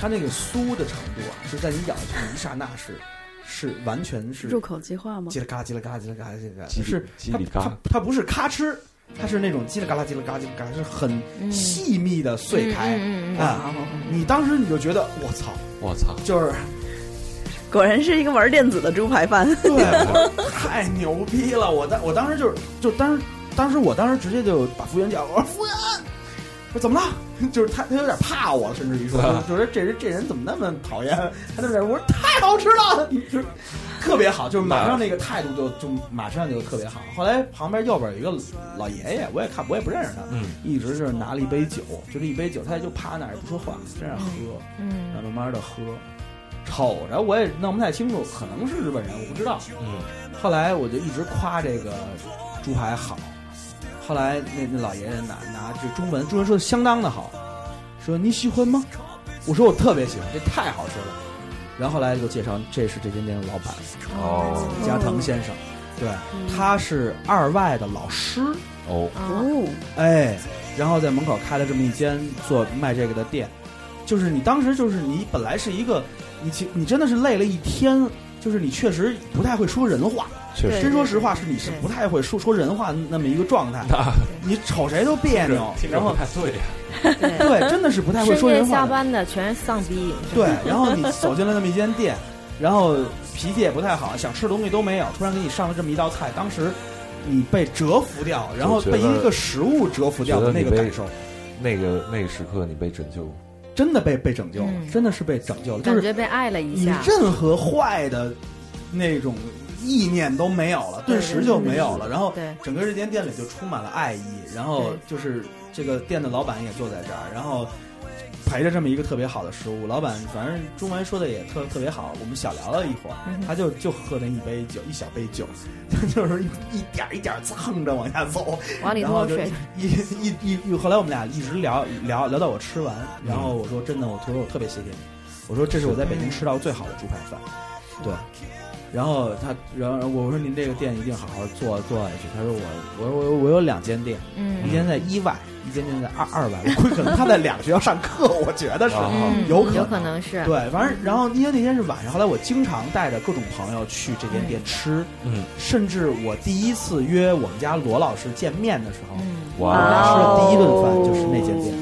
Speaker 5: 它那个酥的程度啊，就在你咬下去的一刹那是是完全是
Speaker 7: 入口即化吗？
Speaker 5: 叽里嘎啦叽里嘎啦叽里嘎啦叽里嘎啦，
Speaker 8: 叽里
Speaker 5: 是
Speaker 8: 叽
Speaker 5: 它
Speaker 8: 里嘎
Speaker 5: 它它不是咔哧，它是那种叽里嘎啦叽里嘎啦叽里嘎啦，是很
Speaker 6: 嗯
Speaker 5: 细密的碎开
Speaker 6: 嗯嗯嗯
Speaker 5: 啊。你当时你就觉得我操，
Speaker 8: 我操，
Speaker 5: 就是
Speaker 7: 果然是一个玩电子的猪排饭。
Speaker 5: 对，我说太牛逼了！我当我当时就是就当时当时我当时直接就把服务员叫，我说 服务员，我说怎么了？ 就是他他有点怕我，甚至于说，就是觉得这人这人怎么那么讨厌？他在那我说太好吃了， 就是特别好，就是马上那个态度就就马上就特别好。后来旁边右边有一个老爷爷，我也看我也不认识他，
Speaker 8: 嗯，
Speaker 5: 一直是拿了一杯酒，就这一杯酒，他就趴那儿也不说话，在那儿喝。然
Speaker 6: 嗯
Speaker 5: 后慢慢的喝，瞅着我也弄不太清楚，可能是日本人，我不知道。
Speaker 8: 嗯，
Speaker 5: 后来我就一直夸这个猪排好，后来那那老爷爷拿拿这中文，中文说的相当的好，说你喜欢吗？我说我特别喜欢，这太好吃了。然后后来就介绍，这是这间店的老板
Speaker 8: 哦
Speaker 5: 加藤先生，对，他是二外的老师，
Speaker 8: 哦，
Speaker 6: 啊
Speaker 7: 哦，
Speaker 5: 哎，然后在门口开了这么一间做卖这个的店，就是你当时就是你本来是一个，你其你真的是累了一天，就是你确实不太会说人话，
Speaker 8: 确
Speaker 6: 对
Speaker 8: 实
Speaker 5: 真说实话是你是
Speaker 6: 对啊
Speaker 5: 不太会说说人话那么一个状 态，
Speaker 8: 那
Speaker 5: 你瞅谁都别扭，
Speaker 8: 听着
Speaker 5: 然
Speaker 8: 不
Speaker 5: 后
Speaker 8: 太对呀，
Speaker 6: 对，
Speaker 5: 对，真的是不太会
Speaker 6: 嗯深
Speaker 5: 说
Speaker 6: 夜
Speaker 5: 人
Speaker 6: 下
Speaker 5: 话的，
Speaker 6: 班的全是丧逼，
Speaker 5: 对，然后你走进了那么一间店，然后脾气也不太好，想吃的东西都没有，突然给你上了这么一道菜，当时。你被折服掉，然后
Speaker 8: 就觉
Speaker 5: 被一
Speaker 8: 得
Speaker 5: 个食物折服掉的
Speaker 8: 觉得
Speaker 5: 那个
Speaker 8: 你被
Speaker 5: 感受，
Speaker 8: 那个那个时刻你被拯救，
Speaker 5: 真的被被拯救了，
Speaker 6: 嗯
Speaker 5: 真的是被拯救了，就
Speaker 6: 感
Speaker 5: 是
Speaker 6: 觉被爱了一
Speaker 5: 你
Speaker 6: 下，
Speaker 5: 任何坏的那种意念都没有了，
Speaker 6: 对
Speaker 5: 顿时就没有了。
Speaker 6: 对
Speaker 5: 然后
Speaker 6: 对
Speaker 5: 整个这间店里就充满了爱意，然后就是这个店的老板也坐在这儿，然后陪着这么一个特别好的食物，老板反正中文说的也特特别好，我们小聊了一会
Speaker 6: 嗯
Speaker 5: 儿，他就就喝那一杯酒，一小杯酒， 他就是一一点一点蹭着往下走，
Speaker 6: 往里
Speaker 5: 然后
Speaker 6: 头
Speaker 5: 就
Speaker 6: 水，
Speaker 5: 一一一一，后来我们俩一直聊聊聊到我吃完，然后我说真的，我我说我特别谢谢你，我说这是我在北京吃到最好的猪排饭，对。然后他，然后我说您这个店一定好好做做下去。他说我我我我有两间店，一
Speaker 6: 嗯
Speaker 5: 间在一外，一间店在二二外。我估计可能他在两个学校上课，我觉得是
Speaker 6: 嗯，
Speaker 5: 啊有
Speaker 6: 有
Speaker 5: 可能
Speaker 6: 能是，
Speaker 5: 对，反正然后因为那天是晚上，后来我经常带着各种朋友去这间店吃，
Speaker 8: 嗯，
Speaker 5: 甚至我第一次约我们家罗老师见面的时候，
Speaker 6: 嗯，
Speaker 7: 哦
Speaker 8: 哇，哦
Speaker 5: 吃的第一顿饭啊就是那间店，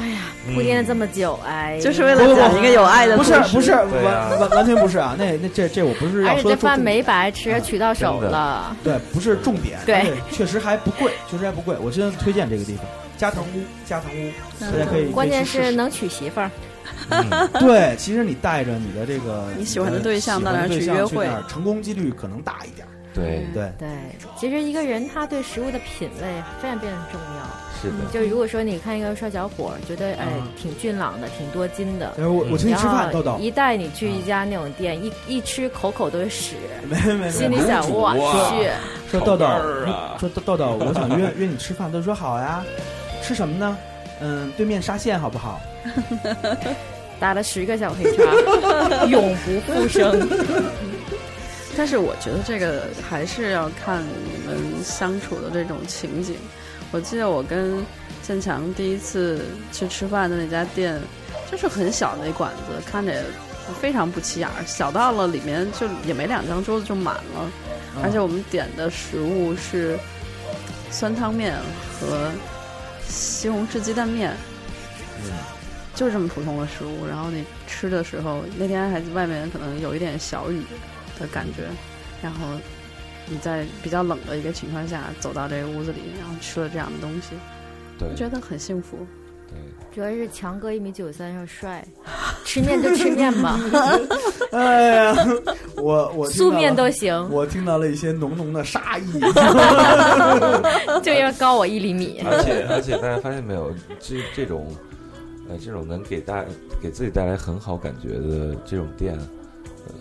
Speaker 6: 哎呀，铺垫了这么久，哎，
Speaker 7: 就是为了讲一个有爱的
Speaker 5: 不
Speaker 7: 故
Speaker 5: 是
Speaker 7: 事，
Speaker 5: 不是
Speaker 8: 对啊
Speaker 5: 完完完全不是啊，那那这这我不是要
Speaker 6: 而且
Speaker 5: 说
Speaker 6: 这
Speaker 5: 重
Speaker 6: 饭
Speaker 5: 重
Speaker 6: 没白吃，
Speaker 5: 嗯
Speaker 6: 取到手
Speaker 8: 真的
Speaker 6: 了。
Speaker 5: 对，不是重点，
Speaker 6: 对
Speaker 5: 而且确实还不贵，确实还不贵，我真的推荐这个地方。加藤屋，加藤屋，
Speaker 7: 嗯
Speaker 5: 大家可以。
Speaker 6: 关键
Speaker 5: 可以
Speaker 6: 是
Speaker 5: 去试试
Speaker 6: 能娶媳妇儿，
Speaker 5: 对，其实你带着你的这个
Speaker 7: 你喜欢的
Speaker 5: 你
Speaker 7: 对象
Speaker 5: 喜欢的
Speaker 7: 到那儿
Speaker 5: 对
Speaker 7: 去
Speaker 5: 象
Speaker 7: 约
Speaker 5: 去
Speaker 7: 会
Speaker 5: 那儿成功几率可能大一点儿。
Speaker 8: 对，
Speaker 7: 嗯
Speaker 5: 对，
Speaker 6: 对，其实一个人他对食物的品味非常非常重要。
Speaker 8: 是的，
Speaker 6: 就如果说你看一个帅小伙儿，觉得哎
Speaker 5: 嗯
Speaker 6: 挺俊朗的，挺多金的，
Speaker 8: 嗯
Speaker 5: 但哎是我我请你
Speaker 6: 然
Speaker 5: 吃
Speaker 7: 嗯
Speaker 5: 饭，啊
Speaker 6: 后
Speaker 5: 豆豆，
Speaker 6: 一带你去一家那种店，一一吃口口都是屎，
Speaker 5: 没没没，
Speaker 6: 心里想
Speaker 8: 主
Speaker 6: 哇
Speaker 8: 啊
Speaker 6: 去，
Speaker 5: 说豆豆
Speaker 8: 烤面儿啊，
Speaker 5: 说豆豆豆，我想 约约你吃饭，豆豆说好呀，吃什么呢？嗯，对面沙县好不 好？
Speaker 6: 打了十个小黑叉， 永不复生。
Speaker 7: 但是我觉得这个还是要看你们相处的这种情景。我记得我跟建强第一次去吃饭的那家店，就是很小的一馆子，看着也非常不起眼儿，小到了里面就也没两张桌子就满了。
Speaker 5: 嗯
Speaker 7: 而且我们点的食物是酸汤面和西红柿鸡蛋面，就是这么普通的食物。然后你吃的时候，那天还外面可能有一点小雨的感觉，然后你在比较冷的一个情况下走到这个屋子里，然后吃了这样的东西，
Speaker 8: 对
Speaker 7: 我觉得很幸福。
Speaker 8: 对，
Speaker 6: 主要是强哥一米九三又帅，吃面就吃面吧，
Speaker 5: 哎呀，我我听
Speaker 6: 素
Speaker 5: 到
Speaker 6: 面
Speaker 5: 了
Speaker 6: 都 行，
Speaker 5: 我听到了一些浓浓的杀意。
Speaker 6: 就因为高我一厘米。
Speaker 8: 而且而且大家发现没有，这这种，呃，这种能给大给自己带来很好感觉的这种店，呃，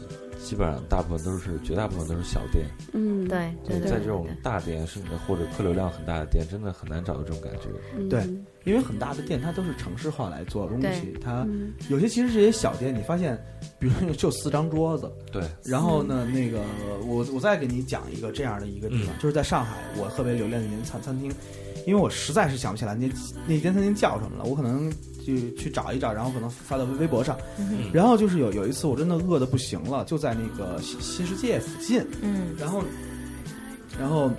Speaker 8: 基本上大部分都是绝大部分都是小店，
Speaker 7: 嗯，
Speaker 6: 对对
Speaker 8: 对，
Speaker 6: 对，
Speaker 8: 在这种
Speaker 6: 对对
Speaker 8: 大店甚至或者客流量很大的店，真的很难找到这种感觉。
Speaker 7: 嗯
Speaker 5: 对因为很大的店它都是城市化来做东西
Speaker 6: 对，
Speaker 5: 它
Speaker 7: 嗯
Speaker 5: 有些其实这些小店，你发现，比如就四张桌子，
Speaker 8: 对，
Speaker 5: 然后呢，那个我我再给你讲一个这样的一个地方，就是在上海，我特别留恋的一间餐餐厅，因为我实在是想不起来那那间餐厅叫什么了，我可能就去找一找，然后可能发到微博上。
Speaker 6: 嗯
Speaker 5: 然后就是有有一次我真的饿的不行了，就在那个新新世界附近，
Speaker 6: 嗯
Speaker 5: 然后然后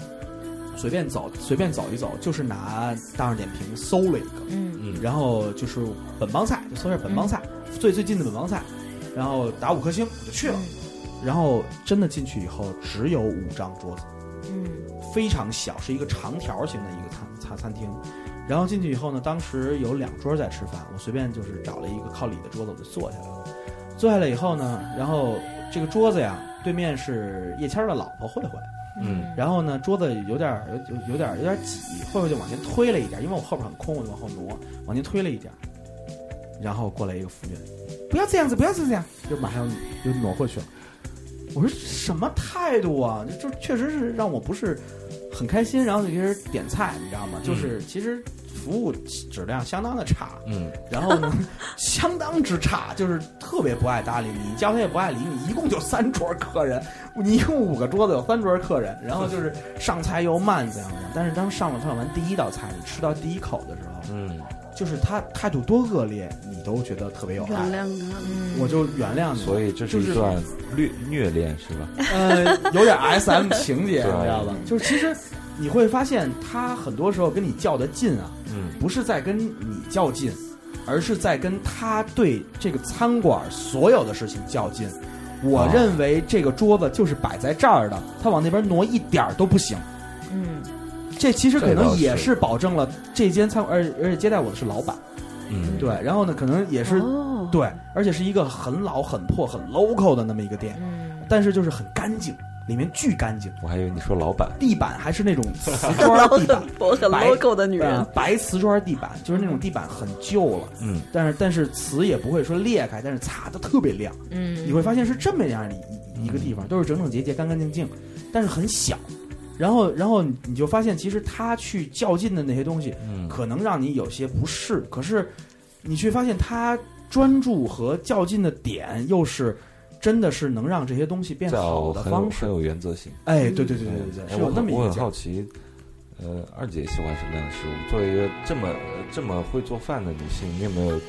Speaker 5: 随便走随便走一走，就是拿大众点评搜了一个。
Speaker 6: 嗯
Speaker 8: 嗯，
Speaker 5: 然后就是本帮菜，就搜一下本帮菜，最最近的本帮菜，然后打五颗星我就
Speaker 6: 嗯
Speaker 5: 去了。然后真的进去以后，只有五张桌子，
Speaker 6: 嗯
Speaker 5: 非常小，是一个长条形的一个餐餐餐厅。然后进去以后呢，当时有两桌在吃饭，我随便就是找了一个靠里的桌子，我就坐下来了。坐下来以后呢，然后这个桌子呀，对面是叶谦儿的老婆慧慧，
Speaker 8: 嗯
Speaker 5: 然后呢，桌子有点儿有有有点儿有点儿挤，慧慧就往前推了一点儿，因为我后边很空，我就往后挪，往前推了一点儿。然后过来一个服务员，不要这样子，不要这样，就马上就挪过去了。我说什么态度啊？就确实是让我不是很开心，然后就开始点菜，你知道吗？就是其实服务质量相当的差，
Speaker 8: 嗯，
Speaker 5: 然后呢，相当之差，就是特别不爱搭理你，叫他也不爱理你。一共就三桌客人，你一共五个桌子，有三桌客人，然后就是上菜又慢，怎样怎样。但是当上了上完第一道菜，你吃到第一口的时候，
Speaker 8: 嗯，
Speaker 5: 就是他态度多恶劣，你都觉得特别有
Speaker 7: 原
Speaker 5: 爱。
Speaker 7: 谅他们。
Speaker 6: 嗯，
Speaker 5: 我就原谅你，
Speaker 8: 所以这是
Speaker 5: 就
Speaker 8: 一
Speaker 5: 是
Speaker 8: 段虐虐恋是吧？
Speaker 5: 呃，有点 S M 情节，
Speaker 8: 对
Speaker 5: 你知道吧？就是其实你会发现，他很多时候跟你较的劲啊，
Speaker 8: 嗯，
Speaker 5: 不是在跟你较劲，而是在跟他对这个餐馆所有的事情较劲。我
Speaker 8: 哦
Speaker 5: 认为这个桌子就是摆在这儿的，他往那边挪一点儿都不行。
Speaker 6: 嗯
Speaker 5: 这其实可
Speaker 8: 这倒
Speaker 5: 能
Speaker 8: 是
Speaker 5: 也是保证了这间餐，而而且接待我的是老板，
Speaker 8: 嗯，
Speaker 5: 对，然后呢，可能也是
Speaker 7: 哦，，
Speaker 5: 对，而且是一个很老、很破、很 local 的那么一个店，
Speaker 6: 嗯
Speaker 5: 但是就是很干净，里面巨干净，
Speaker 8: 我还以为你说老板，
Speaker 5: 地板还是那种瓷砖地板
Speaker 7: 我很
Speaker 5: 白
Speaker 7: local 的女
Speaker 5: 呃
Speaker 7: 人，
Speaker 5: 白瓷砖地板，就是那种地板很旧了，
Speaker 8: 嗯，
Speaker 5: 但是但是瓷也不会说裂开，但是擦的特别亮。你
Speaker 6: 嗯，
Speaker 5: 会发现是这么样的一一个地方，都是整整洁洁、干干净净，但是很小。然后，然后你就发现，其实他去较劲的那些东西，
Speaker 8: 嗯，
Speaker 5: 可能让你有些不适。可是，你却发现他专注和较劲的点，又是真的是能让这些东西变好
Speaker 8: 叫
Speaker 5: 的
Speaker 8: 很有
Speaker 5: 方式
Speaker 8: 很。有原则性。
Speaker 5: 哎，对对对对对对，是有
Speaker 8: 我
Speaker 5: 那么
Speaker 8: 很
Speaker 5: 一
Speaker 8: 我
Speaker 5: 个
Speaker 8: 很
Speaker 5: 讲
Speaker 8: 好奇，呃，二姐喜欢什么样的食物？作为一个这么呃这么会做饭的女性，你有没有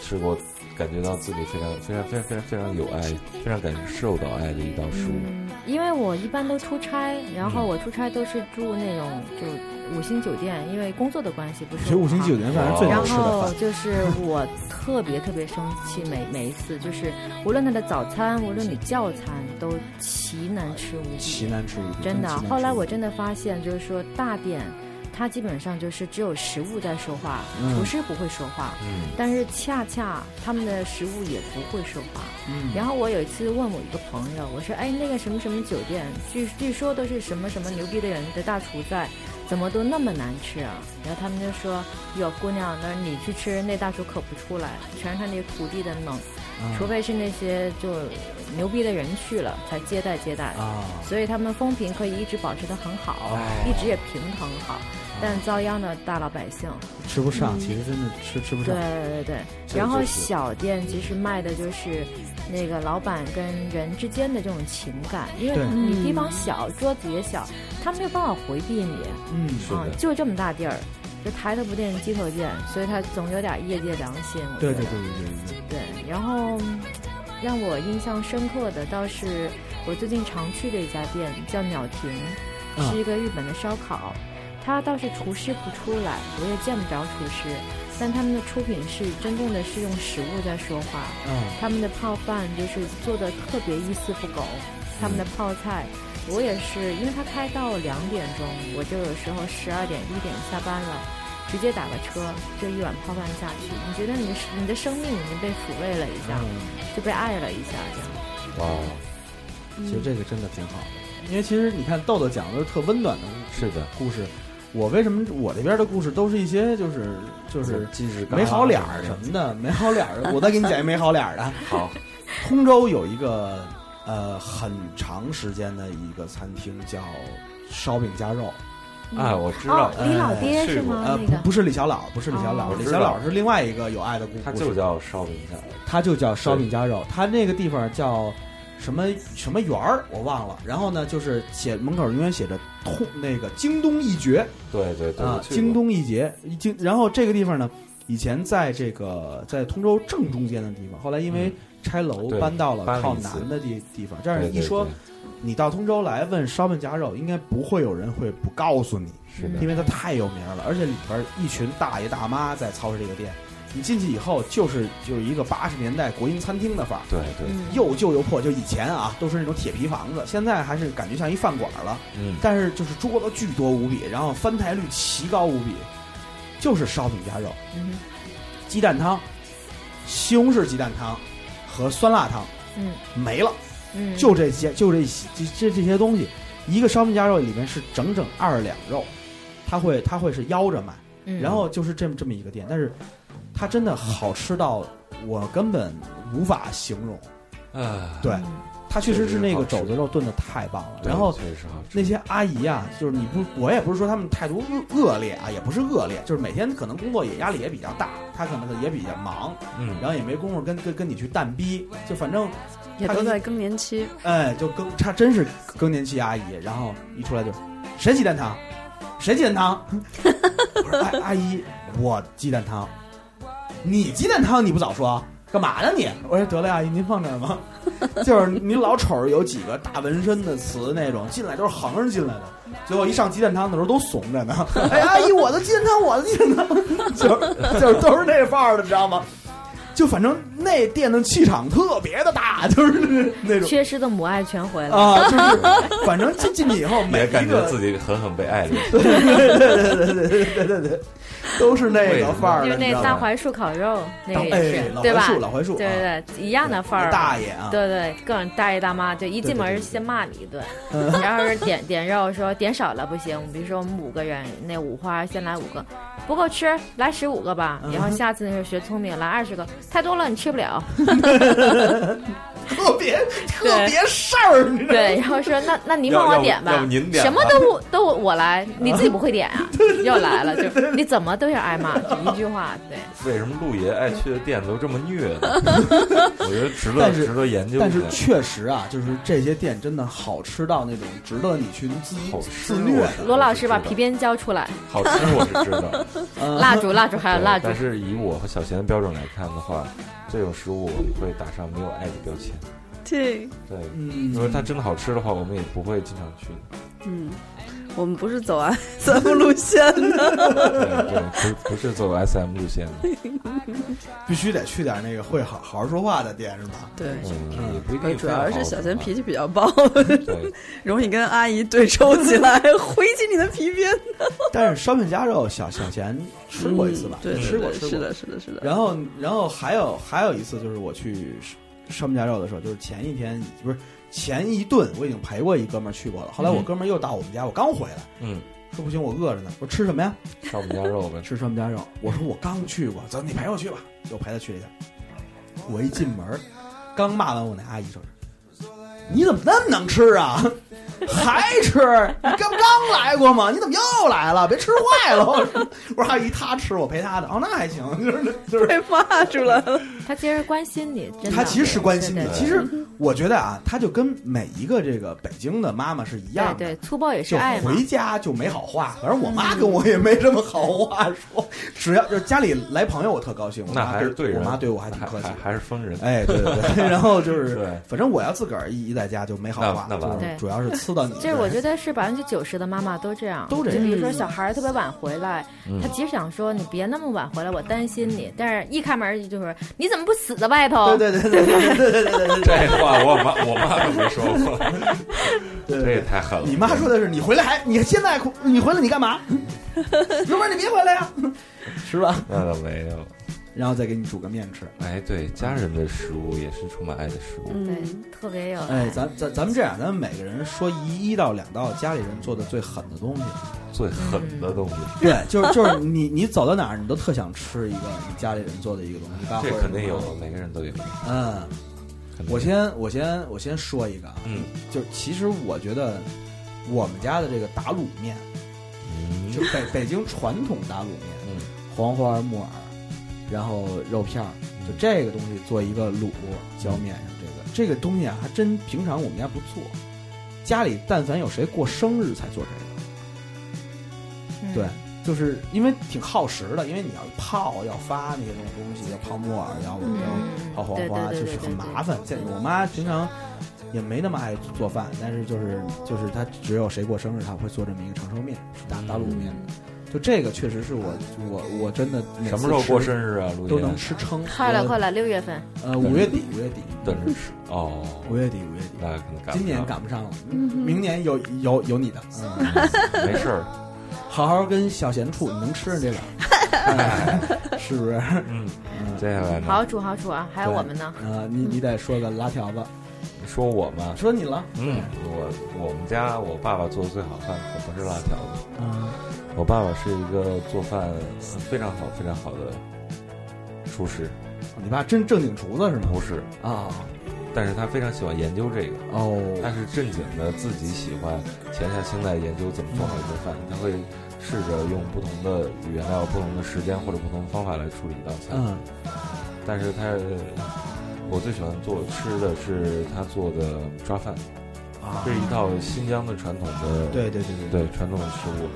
Speaker 8: 吃过感觉到自己非常非常非常非常非常有爱，非常感受到爱的一道食物？
Speaker 6: 嗯因为我一般都出差，然后我出差都是住那种就五星酒店，因为工作的关系不是
Speaker 5: 其实
Speaker 6: 我
Speaker 5: 五星
Speaker 6: 啊
Speaker 5: 酒店饭是最
Speaker 8: 哦
Speaker 5: 好
Speaker 6: 然
Speaker 5: 吃的
Speaker 6: 后
Speaker 5: 饭。
Speaker 6: 就是我特别特别生气，每每一次就是无论他的早餐，无论你教餐，都奇难吃无
Speaker 5: 奇
Speaker 6: 比，
Speaker 5: 难吃一
Speaker 6: 真的。后来我真
Speaker 5: 的
Speaker 6: 的发现，就是说大店，它基本上就是只有食物在说话，
Speaker 5: 嗯
Speaker 6: 厨师不会说话，
Speaker 8: 嗯
Speaker 6: 但是恰恰他们的食物也不会说话。
Speaker 5: 嗯
Speaker 6: 然后我有一次问我一个朋友，我说：“哎，那个什么什么酒店，据据说都是什么什么牛逼的人的大厨在，怎么都那么难吃啊？”然后他们就说：“哟，姑娘，那你去吃，那大厨可不出来，全是他那徒弟在弄，
Speaker 5: 嗯
Speaker 6: 除非是那些就牛逼的人去了才接待接待。”
Speaker 5: 啊，
Speaker 6: 所以他们风评可以一直保持得很好，
Speaker 5: 哦
Speaker 6: 一直也平衡好，但遭殃的大老百姓。
Speaker 5: 吃不上，其实真的吃吃不
Speaker 6: 对
Speaker 5: 上。
Speaker 6: 对对，
Speaker 8: 这
Speaker 6: 然后
Speaker 8: 就是
Speaker 6: 小店其实卖的就是那个老板跟人之间的这种情感，因为
Speaker 5: 对
Speaker 6: 你地方小，桌子也小，他没有办法回避你
Speaker 5: 嗯，
Speaker 8: 是
Speaker 6: 啊
Speaker 8: 的，
Speaker 6: 就这么大地儿，就抬头不见低头见，所以他总有点业界良心。我
Speaker 5: 对
Speaker 6: 觉
Speaker 5: 对
Speaker 6: 得
Speaker 5: 对对对对。
Speaker 6: 对，然后嗯让我印象深刻的倒是我最近常去的一家店叫鸟亭，
Speaker 5: 啊
Speaker 6: 是一个日本的烧烤。它倒是厨师不出来，我也见不着厨师，但他们的出品是真正的是用食物在说话。
Speaker 5: 嗯，
Speaker 6: 他们的泡饭就是做的特别一丝不苟，他们的泡菜，我也是，因为它开到两点钟，我就有时候十二点一点下班了，直接打个车就一碗泡饭下去，你觉得你的你的生命已经被抚慰了一
Speaker 5: 啊
Speaker 6: 下，
Speaker 5: 嗯
Speaker 6: 就被爱了一下，这样。
Speaker 8: 哇，
Speaker 5: 其实这个真的挺好嗯的，因为其实你看豆豆讲的都是特温暖的
Speaker 8: 是的，
Speaker 5: 故事，我为什么我这边的故事都是一些就是就是
Speaker 8: 即使
Speaker 5: 没好脸儿什么的，没好脸儿，我再给你讲一没 好脸儿的。
Speaker 8: 好，
Speaker 5: 通州有一个呃很长时间的一个餐厅叫烧饼夹肉，
Speaker 8: 啊，我知
Speaker 6: 哦
Speaker 8: 道，
Speaker 5: 李老爹
Speaker 8: 是吗
Speaker 5: 呃不不是李小老，不是李小老，
Speaker 8: 哦
Speaker 5: 李小老是另外一个有爱的故
Speaker 8: 它
Speaker 5: 故
Speaker 8: 就
Speaker 5: 事，
Speaker 8: 叫烧饼夹肉。
Speaker 5: 他就叫烧饼夹肉，他那个地方叫。什么什么园儿我忘了，然后呢，就是写门口永远写着“通”那个京东一绝，
Speaker 8: 对对对，
Speaker 5: 啊
Speaker 8: 我，去过
Speaker 5: 京东一节，一京。然后这个地方呢，以前在这个在通州正中间的地方，后来因为
Speaker 8: 嗯
Speaker 5: 拆楼
Speaker 8: 对
Speaker 5: 搬到了
Speaker 8: 搬了
Speaker 5: 靠
Speaker 8: 一次
Speaker 5: 南的地地方。这
Speaker 8: 对
Speaker 5: 样
Speaker 8: 对
Speaker 5: 一说
Speaker 8: 对，
Speaker 5: 你到通州来问烧饼夹肉，应该不会有人会不告诉你，
Speaker 8: 是的
Speaker 5: 因为它太有名了，而且里边一群大爷大妈在操持这个店。你进去以后，就是就是一个八十年代国营餐厅的范儿，
Speaker 8: 对对，
Speaker 5: 嗯
Speaker 6: 嗯
Speaker 5: 又旧又破。就以前啊，都是那种铁皮房子，现在还是感觉像一饭馆了。
Speaker 8: 嗯，
Speaker 5: 但是就是桌子巨多无比，然后翻台率奇高无比，就是烧饼夹肉、
Speaker 6: 嗯
Speaker 5: 鸡蛋汤、西红柿鸡蛋汤和酸辣汤
Speaker 6: 嗯
Speaker 5: 没了，
Speaker 6: 嗯，
Speaker 5: 就这些，就这些这这这些东西。一个烧饼夹肉里面是整整二两肉，它会它会是腰着卖，
Speaker 6: 嗯
Speaker 5: 然后就是这么这么一个店，但是它真的好吃到我根本无法形容。
Speaker 8: 啊，
Speaker 5: 对，它确实是那个
Speaker 8: 确实好吃
Speaker 5: 肘子肉炖的太棒了，
Speaker 8: 对
Speaker 5: 然后
Speaker 8: 确实好吃
Speaker 5: 那些阿姨啊，就是你不，我也不是说她们态度恶恶劣啊，也不是恶劣，就是每天可能工作也压力也比较大，她可能也比较忙，
Speaker 8: 嗯，
Speaker 5: 然后也没工夫跟跟跟你去蛋逼，就反正
Speaker 7: 也都在更年期，
Speaker 5: 哎，就更她真是更年期阿姨，然后一出来就谁鸡蛋汤，谁鸡蛋汤，我说哎阿姨，我鸡蛋汤，你鸡蛋汤你不早说，干嘛呢你？我说得嘞，阿姨您放这儿吧，就是你老瞅着有几个大纹身的词那种进来都是横着进来的，结果一上鸡蛋汤的时候都怂着呢。哎，阿姨，我的鸡蛋汤，我的鸡蛋汤，就是就是都是那范儿的，知道吗？就反正那店的气场特别的大，就是那那种
Speaker 6: 缺失的母爱全回来了。
Speaker 5: 啊，就是反正进进去以后，每
Speaker 8: 也
Speaker 5: 一
Speaker 8: 感觉
Speaker 5: 个
Speaker 8: 自己狠狠被爱着。
Speaker 5: 对对对对对对对对，都是那个范儿
Speaker 6: 就
Speaker 5: 的，
Speaker 6: 是那
Speaker 5: 你知道
Speaker 6: 大
Speaker 5: 吗
Speaker 6: 槐树烤肉，那个也
Speaker 5: 哎
Speaker 6: 是，，
Speaker 5: 老
Speaker 6: 对
Speaker 5: 槐
Speaker 6: 吧？
Speaker 5: 树，老槐树，
Speaker 6: 对
Speaker 5: 啊
Speaker 6: 对对，一样的范儿。
Speaker 5: 大爷啊，
Speaker 6: 对对，各种大爷大妈，就一进门先骂你 一顿，
Speaker 5: 嗯
Speaker 6: 然后是点点肉说点少了不行，我们比如说我们五个人，那五花先来五个，不够吃来十五个吧，
Speaker 5: 嗯
Speaker 6: 然后下次那时候学聪明来二十个，太多了你吃不 了。
Speaker 5: 特别特别事儿，你知道吗
Speaker 6: 对，然后说那那您
Speaker 8: 要
Speaker 6: 帮我
Speaker 8: 要不
Speaker 6: 点吧，
Speaker 8: 要不您点
Speaker 6: 什么
Speaker 8: 吧
Speaker 6: 都我都我 来，你自己不会点啊？又来了，就是你怎么都要挨骂，就一句话，对。
Speaker 8: 为什么陆爷爱去的店都这么虐 呢？我觉得值得
Speaker 5: 但是
Speaker 8: 值得研究
Speaker 5: 但
Speaker 8: 一
Speaker 5: 是
Speaker 8: 下。
Speaker 5: 确实啊，就是这些店真的好吃到那种值得你去自
Speaker 8: 好吃
Speaker 5: 自虐
Speaker 8: 我
Speaker 5: 的。
Speaker 6: 罗老师把
Speaker 8: 知道
Speaker 6: 皮鞭交出来，
Speaker 8: 好吃我是知 道，
Speaker 5: 嗯
Speaker 6: 蜡烛蜡烛还有
Speaker 8: 对
Speaker 6: 蜡烛
Speaker 8: 但，是以我和小贤的标准来看的话，这种食物我们会打上没有爱的标签。
Speaker 7: 对，
Speaker 8: 对，
Speaker 5: 嗯，
Speaker 8: 如果它真的好吃的话，我们也不会经常去的。
Speaker 7: 嗯，我们不是走 啊三步路线的，
Speaker 5: 嗯
Speaker 8: 对，不不是走 S M 路线 的，
Speaker 5: 必须得去点那个会好好说话的店是吧？
Speaker 7: 对。
Speaker 8: 嗯，也不一
Speaker 7: 呃
Speaker 8: 定。
Speaker 7: 主要是小贤脾
Speaker 8: 气。
Speaker 7: 气比较暴，
Speaker 8: 对，
Speaker 7: 容易跟阿姨对抽起来， 挥起你的皮鞭。
Speaker 5: 但是烧饼夹肉小小贤吃过一次吧？
Speaker 7: 嗯对，对
Speaker 5: 吃过
Speaker 7: 对
Speaker 5: 吃
Speaker 7: 是
Speaker 5: 过。
Speaker 7: 的，是的，是的。
Speaker 5: 然后然后还有还有一次就是我去烧饼夹肉的时候，就是前一天不是前一顿我已经陪过一哥们儿去过了，后来我
Speaker 8: 嗯
Speaker 5: 哥们儿又到我们家，我刚回来。
Speaker 8: 嗯，
Speaker 5: 说不行，我饿着呢。我说吃什么呀？
Speaker 8: 烧饼夹肉呗。
Speaker 5: 吃烧饼夹肉。我说我刚去过，走，你陪我去吧。又陪他去了一下。我一进门儿，刚骂完我那阿姨说：“你怎么那么能吃啊？ 还吃？你刚刚来过吗？你怎么又来了？别吃坏了！”我说：“我说阿姨，她吃，我陪她的。哦，那还行，就是就是。”
Speaker 7: 被骂出来了，
Speaker 6: 他其实关心你，真的。
Speaker 5: 她其实是关心
Speaker 6: 对
Speaker 5: 你
Speaker 6: 对。对
Speaker 5: 其实我觉得啊，她就跟每一个这个北京的妈妈是一样的，
Speaker 6: 对对，粗暴也是
Speaker 5: 就
Speaker 6: 爱嘛。嗯
Speaker 5: 回家就没好话，反正我妈跟我也没什么好话说。只要就是家里来朋友，我特高兴。我
Speaker 8: 那
Speaker 5: 妈
Speaker 8: 还是对
Speaker 5: 对
Speaker 8: 人，
Speaker 5: 我妈对我还挺
Speaker 8: 还
Speaker 5: 客气
Speaker 8: 还。还是疯人。
Speaker 5: 哎，对对 对，然后就是
Speaker 8: 对，
Speaker 5: 反正我要自个儿一一在家就没好话，
Speaker 8: 那那完了
Speaker 5: 就是
Speaker 6: 对
Speaker 5: 主要是呲到你。
Speaker 6: 这我觉得是百分之九十的妈妈都这样，
Speaker 5: 都这
Speaker 6: 就
Speaker 5: 样嗯
Speaker 6: 比如说小孩儿特别晚回来，他其实想说你别那么晚回来，我担心你，但是一开门就是你怎么不死在外头？
Speaker 5: 对对对对对对对对对
Speaker 8: 这话我妈我妈可没说过，
Speaker 5: 对
Speaker 8: 这也
Speaker 5: 对。
Speaker 8: 太狠了。
Speaker 5: 你妈说的是你回来还你现在哭你回来你干嘛？ 要不然你别回来呀， 是吧？
Speaker 8: 那倒没有。
Speaker 5: 然后再给你煮个面吃。
Speaker 8: 哎，对，家人的食物也是充满爱的食物。
Speaker 7: 嗯
Speaker 6: 对，特别有
Speaker 5: 哎
Speaker 6: 爱，。
Speaker 5: 咱咱咱们这样，咱们每个人说一一到两道家里人做的最狠的东西。
Speaker 8: 最狠的东西，
Speaker 5: 对，就是就是你你走到哪儿，你都特想吃一个你家里人做的一个东西，大伙
Speaker 8: 这
Speaker 5: 儿
Speaker 8: 肯定有，每个人都有。
Speaker 5: 嗯，
Speaker 8: 肯定有
Speaker 5: 我先我先我先说一个啊，
Speaker 8: 嗯，
Speaker 5: 就是其实我觉得我们家的这个打卤面，
Speaker 8: 嗯
Speaker 5: 就 北北京传统打卤面，
Speaker 8: 嗯
Speaker 5: 黄花儿木耳，然后肉片儿，
Speaker 8: 嗯
Speaker 5: 就这个东西做一个卤浇面上，这个这个东西啊，还真平常我们家不做，家里但凡有谁过生日才做这个。
Speaker 6: 嗯
Speaker 5: 对，就是因为挺耗时的，因为你要泡、要发那些东东西，要泡木耳，要
Speaker 6: 嗯
Speaker 5: 泡黄花，
Speaker 6: 对对对
Speaker 5: 就
Speaker 6: 对
Speaker 5: 是很
Speaker 6: 对
Speaker 5: 麻烦。这我妈平常也没那么爱做饭，但是就是就是她只有谁过生日，她会做这么一个长寿面，是
Speaker 8: 嗯
Speaker 5: 打打卤面
Speaker 6: 嗯
Speaker 5: 的。就这个确实是我我我真的每
Speaker 8: 什么
Speaker 5: 次
Speaker 8: 时候过
Speaker 5: 吃
Speaker 8: 生日啊，陆爷？
Speaker 5: 都能吃撑。
Speaker 6: 快了
Speaker 5: 我
Speaker 6: 快了，六月份
Speaker 5: 呃，五月底五月底
Speaker 8: 等 着吃哦。
Speaker 5: 五月底五月底，
Speaker 8: 那可能赶不上
Speaker 5: 今年赶不上了，
Speaker 6: 嗯
Speaker 5: 明年有有有你的，嗯
Speaker 8: 没事儿。
Speaker 5: 好好跟小贤处，你能吃上这个，哎是不是？
Speaker 8: 嗯，接下来呢？
Speaker 6: 好好煮好煮啊，还有我们呢。
Speaker 5: 啊、你你得说个拉条子，
Speaker 8: 你说我吗？
Speaker 5: 说你了，
Speaker 8: 嗯，我我们家我爸爸做的最好饭可不是辣条子，
Speaker 5: 啊、
Speaker 8: 我爸爸是一个做饭非常好非常好的厨师，
Speaker 5: 你爸真正经厨子是吗？
Speaker 8: 不是，
Speaker 5: 啊，
Speaker 8: 但是他非常喜欢研究这个，他
Speaker 5: 哦，
Speaker 8: 是正经的自己喜欢潜下心来研究怎么做好一顿饭，他会试着用不同的原料、不同的时间或者不同的方法来处理一道菜。
Speaker 5: 嗯，
Speaker 8: 但是他我最喜欢做吃的是他做的抓饭，
Speaker 5: 啊
Speaker 8: 这，是一套新疆的传统的
Speaker 5: 对对对对
Speaker 8: 对传统的食物，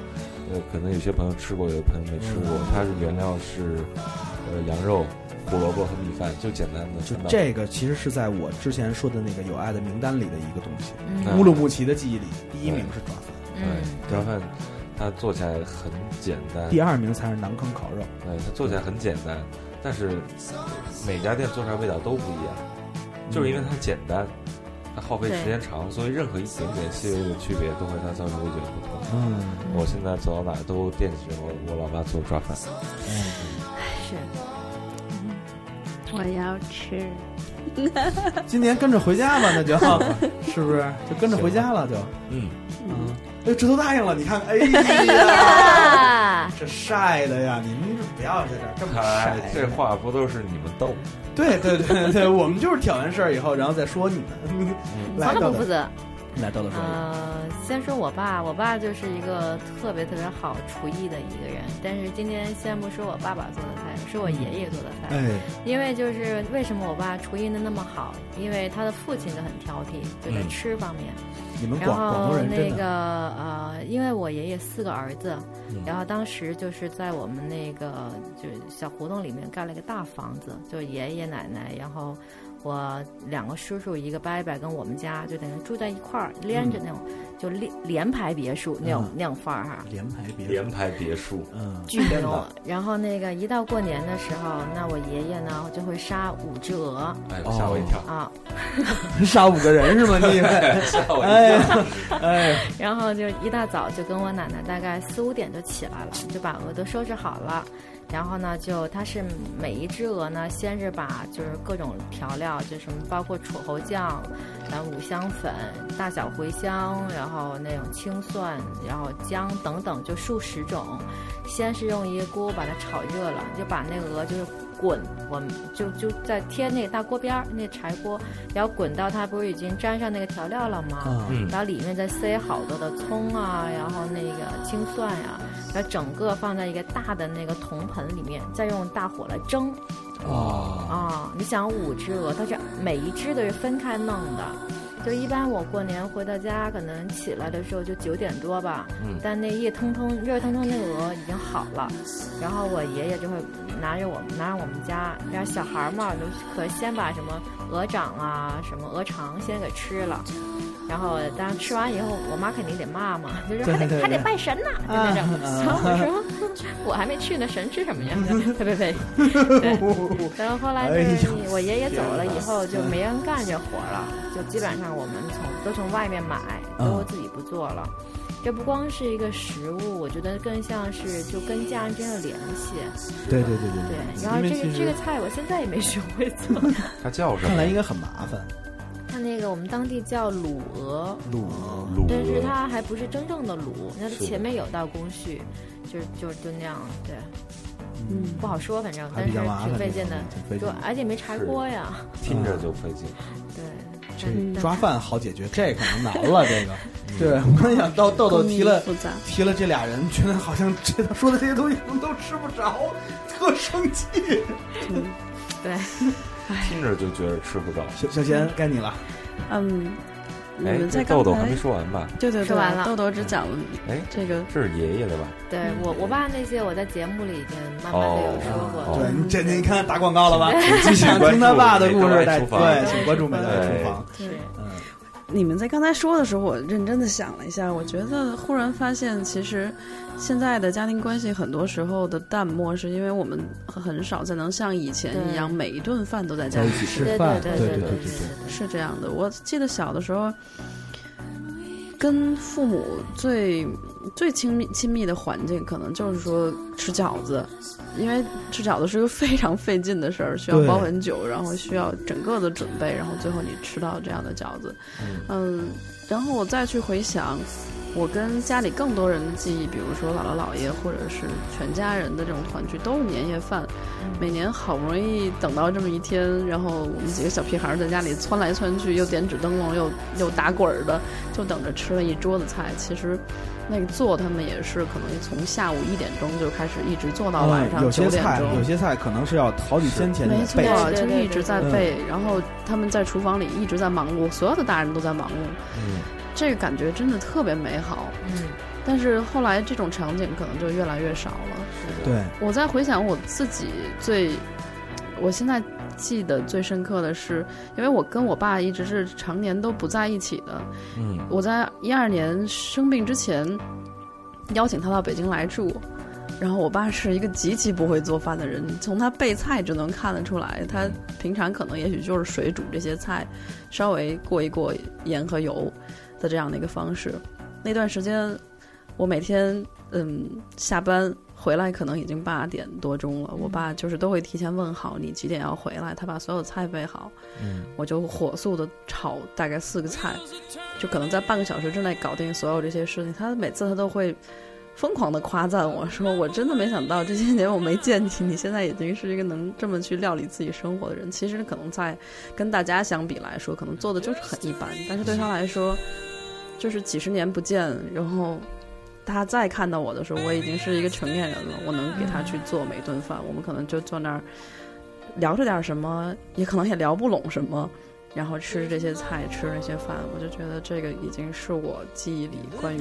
Speaker 8: 呃，可能有些朋友吃过，有些朋友没吃过。
Speaker 5: 嗯
Speaker 8: 它是原料是呃羊肉、胡萝卜和米饭，就简单的
Speaker 5: 就
Speaker 8: 三道。
Speaker 5: 这个其实是在我之前说的那个有爱的名单里的一个东西，
Speaker 8: 嗯
Speaker 5: 乌鲁哎木齐的记忆里第一名是抓饭，
Speaker 6: 嗯，
Speaker 8: 对抓饭，它做起来很简单。嗯
Speaker 5: 第二名才是南坑烤肉，
Speaker 8: 对，它做起来很简单，但是每家店做出来味道都不一样，就是因为它简单，它耗费时间长，所以任何一点点细微的区别都会它造成味觉不同。
Speaker 5: 嗯，
Speaker 8: 我现在走到哪儿都惦记着我我老妈做抓饭，
Speaker 6: 是嗯
Speaker 7: 我要 吃。
Speaker 5: 今年跟着回家吧，那就是不是就跟着回家了就？
Speaker 8: 嗯，
Speaker 5: 嗯，哎，这都答应了，你看，哎 呀，
Speaker 6: 啊，
Speaker 5: 这晒的呀，你们这不要在这儿这么晒
Speaker 8: 哎，，这话不都是你们逗？
Speaker 5: 对对对对，我们就是挑完事儿以后，然后再说你们。来
Speaker 6: 从来
Speaker 5: 豆
Speaker 6: 不负
Speaker 5: 豆，
Speaker 6: 责。
Speaker 5: 来豆豆说一个，
Speaker 6: 呃，先说我爸，我爸就是一个特别特别好厨艺的一个人，但是今天先不说我爸爸做的菜，是我爷爷做的菜。
Speaker 5: 哎，
Speaker 6: 因为就是为什么我爸厨艺那那么好，因为他的父亲都很挑剔，就在
Speaker 8: 嗯
Speaker 6: 吃方面。
Speaker 5: 你们
Speaker 6: 然
Speaker 5: 广广
Speaker 6: 后
Speaker 5: 东人
Speaker 6: 那
Speaker 5: 真
Speaker 6: 个
Speaker 5: 的，
Speaker 6: 呃，因为我爷爷四个儿子，
Speaker 8: 嗯
Speaker 6: 然后当时就是在我们那个就是小胡同里面盖了一个大房子，就爷爷奶奶，然后我两个叔叔一个伯伯跟我们家就等于住在一块儿，连着那种、就连连排别墅那种、
Speaker 5: 嗯
Speaker 6: 那种范儿哈、
Speaker 5: 连排别墅
Speaker 8: 联排别墅，
Speaker 5: 嗯，
Speaker 6: 巨牛。然后那个一到过年的时候，那我爷爷呢就会杀五只鹅
Speaker 8: 哎呦
Speaker 5: 哦
Speaker 8: 吓我一跳，
Speaker 6: 啊，
Speaker 5: 杀五个人是吗？你以 为？
Speaker 8: 吓我一跳，
Speaker 5: 哎 哎，
Speaker 6: 然后就一大早就跟我奶奶大概四五点就起来了，就把鹅都收拾好了。然后呢，就它是每一只鹅呢，先是把就是各种调料，就什么包括楚侯酱，然后五香粉、大小茴香，然后那种青蒜，然后姜等等，就数十种。先是用一个锅把它炒热了，就把那个鹅就是滚，我们就就在贴那个大锅边儿那柴锅，然后滚到它不是已经沾上那个调料了吗？
Speaker 5: 嗯
Speaker 8: 嗯
Speaker 6: 然后里面再塞好多的葱啊，然后那个青蒜呀、然后整个放在一个大的那个铜盆里面，再用大火来蒸
Speaker 8: 哇，
Speaker 6: 啊、你想五只鹅，它是每一只都是分开弄的。就一般我过年回到家，可能起来的时候就九点多吧，
Speaker 8: 嗯
Speaker 6: 但那一通通热腾腾那个鹅已经好了，然后我爷爷就会拿着我拿着我们家，然后小孩儿嘛，就可先把什么鹅掌啊、什么鹅肠先给吃了。然后，当然吃完以后，我妈肯定得骂嘛，就是还得
Speaker 5: 对对对
Speaker 6: 还得拜神呐、就那 种。然后我说， 我还没去呢，神吃什么呀？ 呸呸呸！对，然后后来就是你我爷爷走了以后，就没人干这活了，
Speaker 5: 嗯
Speaker 6: 就基本上我们从都从外面买，都自己不做了。这不光是一个食物，我觉得更像是就跟家人之间的联系。
Speaker 5: 对对对对
Speaker 6: 对，然后
Speaker 5: 嗯因为
Speaker 6: 这
Speaker 5: 其
Speaker 6: 个
Speaker 5: 实
Speaker 6: 这个菜我现在也没学会 做。
Speaker 8: 它叫什
Speaker 5: 看来应
Speaker 8: 么？
Speaker 5: 该很麻烦。
Speaker 6: 它那个我们当地叫卤鹅，
Speaker 5: 卤
Speaker 8: 卤
Speaker 6: 但是
Speaker 8: 鹅，
Speaker 6: 它还不是真正的卤，那
Speaker 8: 是的
Speaker 6: 前面有道工序，就就就那样，对，
Speaker 5: 嗯，
Speaker 6: 不好说，反正
Speaker 5: 还
Speaker 6: 但
Speaker 5: 比
Speaker 6: 是
Speaker 5: 较麻烦，
Speaker 6: 挺费劲的，
Speaker 5: 挺费劲
Speaker 6: 对，
Speaker 5: 的。
Speaker 6: 而且没柴
Speaker 8: 是
Speaker 6: 锅呀，
Speaker 8: 听着就费劲，
Speaker 6: 对，
Speaker 5: 这
Speaker 6: 但
Speaker 5: 抓饭好解决，这可能难了。这个，对我刚想到豆豆
Speaker 7: 工
Speaker 5: 提
Speaker 7: 艺
Speaker 5: 了
Speaker 7: 嗯复杂，
Speaker 5: 提了这俩人，觉得好像这他说的这些东西我们都吃不着，特生气。
Speaker 6: 对，
Speaker 7: 哎
Speaker 8: 听着就觉得吃不着。
Speaker 5: 小小贤，该你了。
Speaker 7: 嗯，你
Speaker 8: 哎
Speaker 7: 们，
Speaker 8: 这
Speaker 7: 在刚
Speaker 8: 豆豆还
Speaker 7: 才
Speaker 8: 没说完吧？
Speaker 7: 对对
Speaker 6: 说
Speaker 7: 对
Speaker 6: 完了，
Speaker 7: 豆豆只讲了
Speaker 8: 哎
Speaker 7: 这个
Speaker 8: 这是爷爷的吧？
Speaker 6: 对我我爸那些我在节目里已经慢慢的有说过，
Speaker 8: 嗯哦
Speaker 5: 对你这你看打广告了吧？
Speaker 8: 继续
Speaker 5: 想
Speaker 8: 关
Speaker 5: 听他
Speaker 8: 注
Speaker 5: 爸的
Speaker 8: 美
Speaker 5: 故
Speaker 8: 德
Speaker 5: 事，
Speaker 8: 外
Speaker 5: 大
Speaker 8: 厨房
Speaker 5: 对，请关注美乐
Speaker 8: 对
Speaker 5: 厨房。
Speaker 6: 是
Speaker 5: 嗯，
Speaker 7: 你们在刚才说的时候，我认真的想了一下，我觉得忽然发现，其实现在的家庭关系很多时候的淡漠，是因为我们很少再能像以前一样，
Speaker 6: 对
Speaker 7: 每一顿饭都在家里
Speaker 5: 一起
Speaker 7: 吃。
Speaker 5: 吃
Speaker 6: 对
Speaker 5: 饭
Speaker 6: 对
Speaker 5: 对
Speaker 6: 对
Speaker 5: 对
Speaker 6: 对
Speaker 5: 对
Speaker 7: 是这样的，我记得小的时候，跟父母最最亲密亲密的环境，可能就是说吃饺子，因为吃饺子是一个非常费劲的事儿，需要
Speaker 5: 对
Speaker 7: 包很久，然后需要整个的准备，然后最后你吃到这样的饺子，嗯，然后我再去回想。我跟家里更多人的记忆，比如说姥姥姥爷或者是全家人的这种团聚，都是年夜饭。每年好不容易等到这么一天，然后我们几个小屁孩儿在家里窜来窜去，又点纸灯笼，又又打滚儿的，就等着吃了一桌子菜。其实，那个做他们也是可能从下午一点钟就开始，一直做到晚
Speaker 5: 嗯，
Speaker 7: 上
Speaker 5: 有
Speaker 7: 九
Speaker 5: 些
Speaker 7: 点
Speaker 5: 菜
Speaker 7: 钟。
Speaker 5: 有些菜可能是要好几天前
Speaker 7: 没
Speaker 5: 你
Speaker 7: 错
Speaker 5: 备。，
Speaker 6: 对
Speaker 7: 就
Speaker 6: 对对
Speaker 7: 一直在
Speaker 5: 对
Speaker 7: 背，然后他们在厨房里一直在忙碌，所有的大人都在忙碌，
Speaker 8: 嗯，
Speaker 7: 这个感觉真的特别美好。
Speaker 6: 嗯，
Speaker 7: 但是后来这种场景可能就越来越少了。
Speaker 8: 是的，
Speaker 5: 对，
Speaker 7: 我在回想我自己最，我现在记得最深刻的是，因为我跟我爸一直是常年都不在一起的。
Speaker 8: 嗯，
Speaker 7: 我在一二年生病之前，邀请他到北京来住，然后我爸是一个极其不会做饭的人，从他备菜就能看得出来，他平常可能也许就是水煮这些菜，稍微过一过盐和油的这样的一个方式。那段时间，我每天嗯下班回来可能已经八点多钟了，我爸就是都会提前问好你几点要回来，他把所有菜备好，
Speaker 8: 嗯，
Speaker 7: 我就火速的炒大概四个菜，就可能在半个小时之内搞定所有这些事情。他每次他都会疯狂的夸赞我说：“我真的没想到这些年我没见你，你现在已经是一个能这么去料理自己生活的人。”其实可能在跟大家相比来说，可能做的就是很一般，但是对他来说，就是几十年不见，然后。他再看到我的时候，我已经是一个成年人了。我能给他去做每顿饭，我们可能就坐那儿聊着点什么，也可能也聊不拢什么，然后吃这些菜，吃那些饭，我就觉得这个已经是我记忆里关于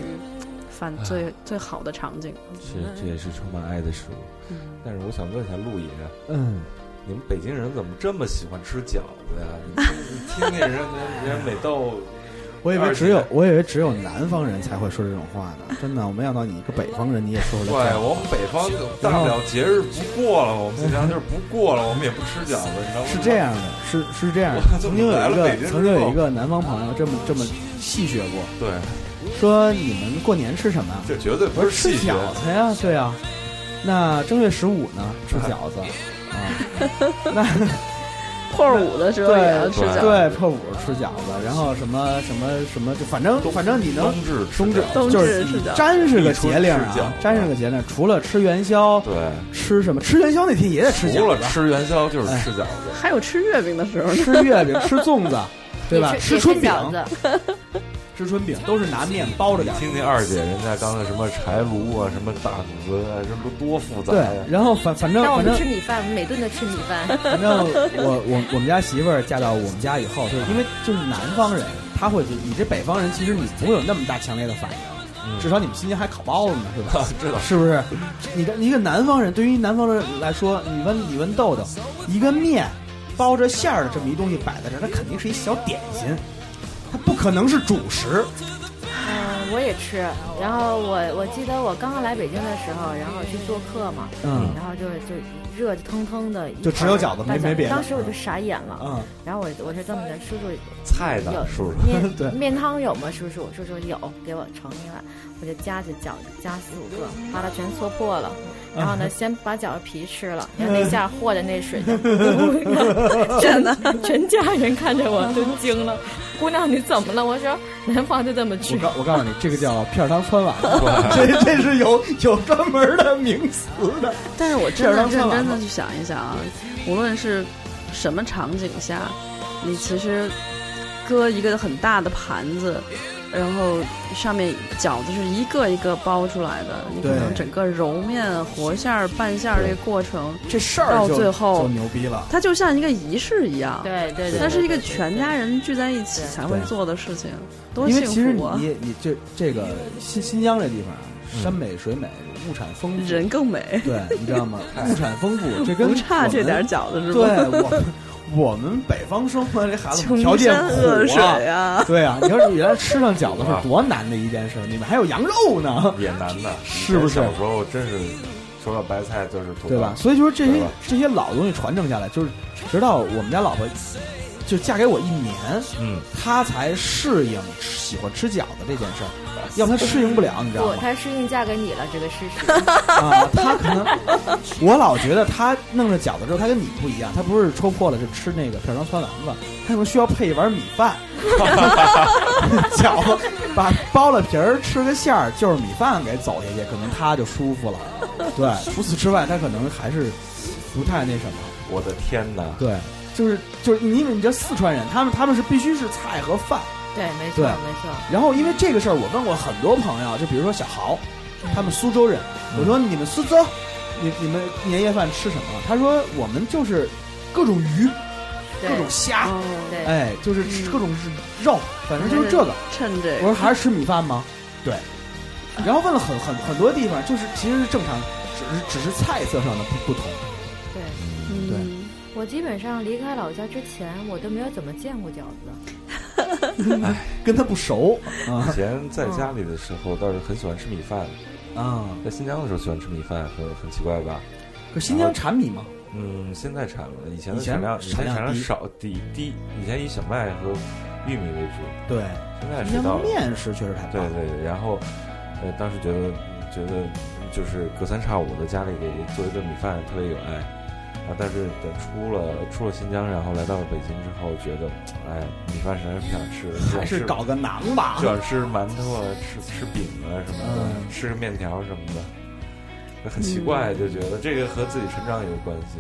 Speaker 7: 饭最、最好的场景了。
Speaker 8: 是，这也是充满爱的食物。
Speaker 7: 嗯
Speaker 8: 但是我想问一下陆爷，啊
Speaker 5: 嗯，
Speaker 8: 你们北京人怎么这么喜欢吃饺 子呀？你你听那人家人家美豆，
Speaker 5: 我以为只有我以为只有南方人才会说这种话 呢，真的，我没想到你一个北方人你也说出
Speaker 8: 对
Speaker 5: 来这样。
Speaker 8: 我们北方大不了节日不过了，我们平常就是不过了，我们也不吃饺子，你知道吗？
Speaker 5: 是这样的，是是这样的
Speaker 8: 我。怎么
Speaker 5: 曾经有
Speaker 8: 来
Speaker 5: 一
Speaker 8: 了
Speaker 5: 个
Speaker 8: 北京之后
Speaker 5: 曾经有一个南方朋友这么这么戏谑过，
Speaker 8: 对，
Speaker 5: 说你们过年吃什么啊？
Speaker 8: 这绝对
Speaker 5: 我
Speaker 8: 不
Speaker 5: 说
Speaker 8: 是
Speaker 5: 吃
Speaker 8: 戏谑
Speaker 5: 饺，子呀，对呀、那正月十五呢，吃饺 子啊。那
Speaker 7: 破五的时候也要
Speaker 5: 对
Speaker 7: 吃饺子，
Speaker 5: 对破五吃饺子，然后什么什么什么，就反正反正你能
Speaker 8: 冬至吃
Speaker 5: 冬至
Speaker 8: 饺子
Speaker 7: 冬至
Speaker 5: 就是
Speaker 7: 吃饺子
Speaker 5: 真是个节令
Speaker 8: 立春吃饺
Speaker 5: 啊
Speaker 8: 子，
Speaker 5: 真是个节令。除了吃元宵，
Speaker 8: 对，
Speaker 5: 吃什么？吃元宵那天也得吃
Speaker 8: 除
Speaker 5: 饺
Speaker 8: 了
Speaker 5: 子，哎
Speaker 8: 吃元宵就是吃饺子，
Speaker 7: 还有吃月饼的时候呢。
Speaker 5: 吃月饼，吃粽 子，对吧？
Speaker 6: 也吃
Speaker 5: 吃春饼，
Speaker 6: 也吃饺子，
Speaker 5: 吃春饼都是拿面包 着点儿。
Speaker 8: 听听二姐人家刚才什么柴炉啊，什么大骨子啊，这都多复杂
Speaker 5: 对
Speaker 8: 呀、，
Speaker 5: 然后反反正
Speaker 6: 但我
Speaker 5: 反
Speaker 6: 们
Speaker 5: 正
Speaker 6: 吃米饭，我们每顿都吃米 饭。
Speaker 5: 反正我我我们家媳妇儿嫁到我们家以后，就是因为就是南方人，他会觉得你这北方人其实你不会有那么大强烈的反应，至少你们新年还烤包子呢，是吧？
Speaker 8: 知道
Speaker 5: 是不是？你的你一个南方人，对于南方人来说，你问你问豆豆，一个面包着馅儿的这么一东西摆在这儿，它肯定是一小点心，它不可能是主食。
Speaker 6: 嗯，我也吃。然后我我记得我刚刚来北京的时候，然后去做客嘛，
Speaker 5: 嗯
Speaker 6: 然后就就热腾腾的一盘，
Speaker 5: 就只有饺子没
Speaker 6: 大
Speaker 5: 没别的
Speaker 6: 当时我就傻眼了。
Speaker 5: 嗯，
Speaker 6: 然后我我是这么的，叔叔
Speaker 8: 菜呢
Speaker 6: 有，
Speaker 8: 叔叔。
Speaker 6: 面
Speaker 5: 对
Speaker 6: 面汤有吗？叔叔，叔叔有，给我盛进来，我就夹着饺子夹四五个，把它全搓破
Speaker 5: 啊
Speaker 6: 了。然后呢，先把饺子皮吃 了，然后那下和的那水就， 真的，全家人看着我都惊了。姑娘，你怎么了？我说南方就这么
Speaker 5: 我
Speaker 6: 吃。
Speaker 5: 告我告诉你，这个叫片儿汤穿碗，这这是有有专门的名词的。
Speaker 7: 但是我真的
Speaker 5: 这样
Speaker 7: 认真
Speaker 5: 让他
Speaker 7: 的
Speaker 5: 玩
Speaker 7: 去想一想啊，无论是什么场景下，你其实搁一个很大的盘子，然后上面饺子是一个一个包出来的，你可
Speaker 5: 对
Speaker 7: 能整个揉面、和馅儿、拌馅儿这个过程，
Speaker 5: 这事儿
Speaker 7: 到
Speaker 5: 就
Speaker 7: 最后
Speaker 5: 就牛逼了。
Speaker 7: 它就像一个仪式一样。
Speaker 6: 对对对，
Speaker 7: 它是一个
Speaker 6: 对对
Speaker 7: 全家人聚在一起
Speaker 6: 对
Speaker 7: 才会做的事情，多
Speaker 5: 因为其实
Speaker 7: 幸
Speaker 5: 你
Speaker 7: 福啊！
Speaker 5: 你你这这个新新疆这地方啊，山美水美，物产丰富，
Speaker 7: 人更美，
Speaker 5: 对，你知 道吗？物产丰富，这跟
Speaker 7: 不差这点
Speaker 5: 儿。
Speaker 7: 饺子是吧？
Speaker 5: 对我们，我们北方生活这孩子
Speaker 7: 穷
Speaker 5: 条件
Speaker 7: 山恶
Speaker 5: 苦
Speaker 7: 水
Speaker 5: 啊。
Speaker 7: 啊！
Speaker 5: 对啊，你说你原来吃上饺子是多难的一件事，你们还有羊肉呢，
Speaker 8: 也难的，
Speaker 5: 是不是
Speaker 8: 小时候真是除了白菜就是土豆
Speaker 5: 对吧？所以就是这
Speaker 8: 对
Speaker 5: 些
Speaker 8: 吧
Speaker 5: 这些老东西传承下来，就是直到我们家老婆就嫁给我一年，
Speaker 8: 嗯，
Speaker 5: 她才适应吃喜欢吃饺子这件事儿，要不她适应不了，你知道
Speaker 6: 不
Speaker 5: 吗，？
Speaker 6: 她适应嫁给你了，这个事 实。
Speaker 5: 啊，他可能，我老觉得他弄了饺子之后，他跟你不一样，他不是戳破了就吃那个片儿汤酸丸子，他可能需要配一碗米 饭，饺子把剥了皮儿吃个馅儿，就是米饭给走下去，可能他就舒服了。对，除此之外，他可能还是不太那什么。
Speaker 8: 我的天哪！
Speaker 5: 对，就是就是，因为你知道四川人，他们他们是必须是菜和饭。
Speaker 6: 对，没错
Speaker 5: 对
Speaker 6: 没错。
Speaker 5: 然后因为这个事儿，我问过很多朋友，就比如说小豪，他们苏州人，我说你们苏州，你你们年夜饭吃什么？他说我们就是各种鱼，各
Speaker 6: 对嗯
Speaker 5: 种虾，
Speaker 7: 哦
Speaker 6: 对
Speaker 5: 哎，就是吃各种肉，反正就是这个。
Speaker 7: 趁这
Speaker 5: 我
Speaker 7: 个
Speaker 5: 说还是吃米饭吗？对。然后问了很很很多地方，就是其实是正常，只是只是菜色上的不不同。
Speaker 6: 对，
Speaker 5: 对
Speaker 7: 嗯，
Speaker 6: 我基本上离开老家之前，我都没有怎么见过饺子。
Speaker 5: 跟他不熟啊
Speaker 8: 以前在家里的时候倒是很喜欢吃米饭，
Speaker 5: 啊。
Speaker 8: 在新疆的时候喜欢吃米饭，很很奇怪吧？
Speaker 5: 可是新疆产米吗？
Speaker 8: 嗯，现在产了，以前的
Speaker 5: 以前
Speaker 8: 产量以
Speaker 5: 产
Speaker 8: 前
Speaker 5: 量
Speaker 8: 产量
Speaker 5: 低
Speaker 8: 少，低低，以前以小麦和玉米为主，
Speaker 5: 对，
Speaker 8: 现在
Speaker 5: 新
Speaker 8: 是到
Speaker 5: 疆面食确实太
Speaker 8: 对
Speaker 5: 棒了。
Speaker 8: 对对，然后呃，当时觉得觉得就是隔三差五的家里给做一顿米饭特别有爱，啊，但是等出了出了新疆，然后来到了北京之后，觉得哎，米饭实在是不想吃了，就
Speaker 5: 还
Speaker 8: 想
Speaker 5: 是
Speaker 8: 吃
Speaker 5: 搞个馕吧
Speaker 8: 就。想吃馒头啊，吃吃饼啊什么的，
Speaker 5: 嗯
Speaker 8: 吃个面条什么的。很奇怪，就觉得这个和自己成长有关系。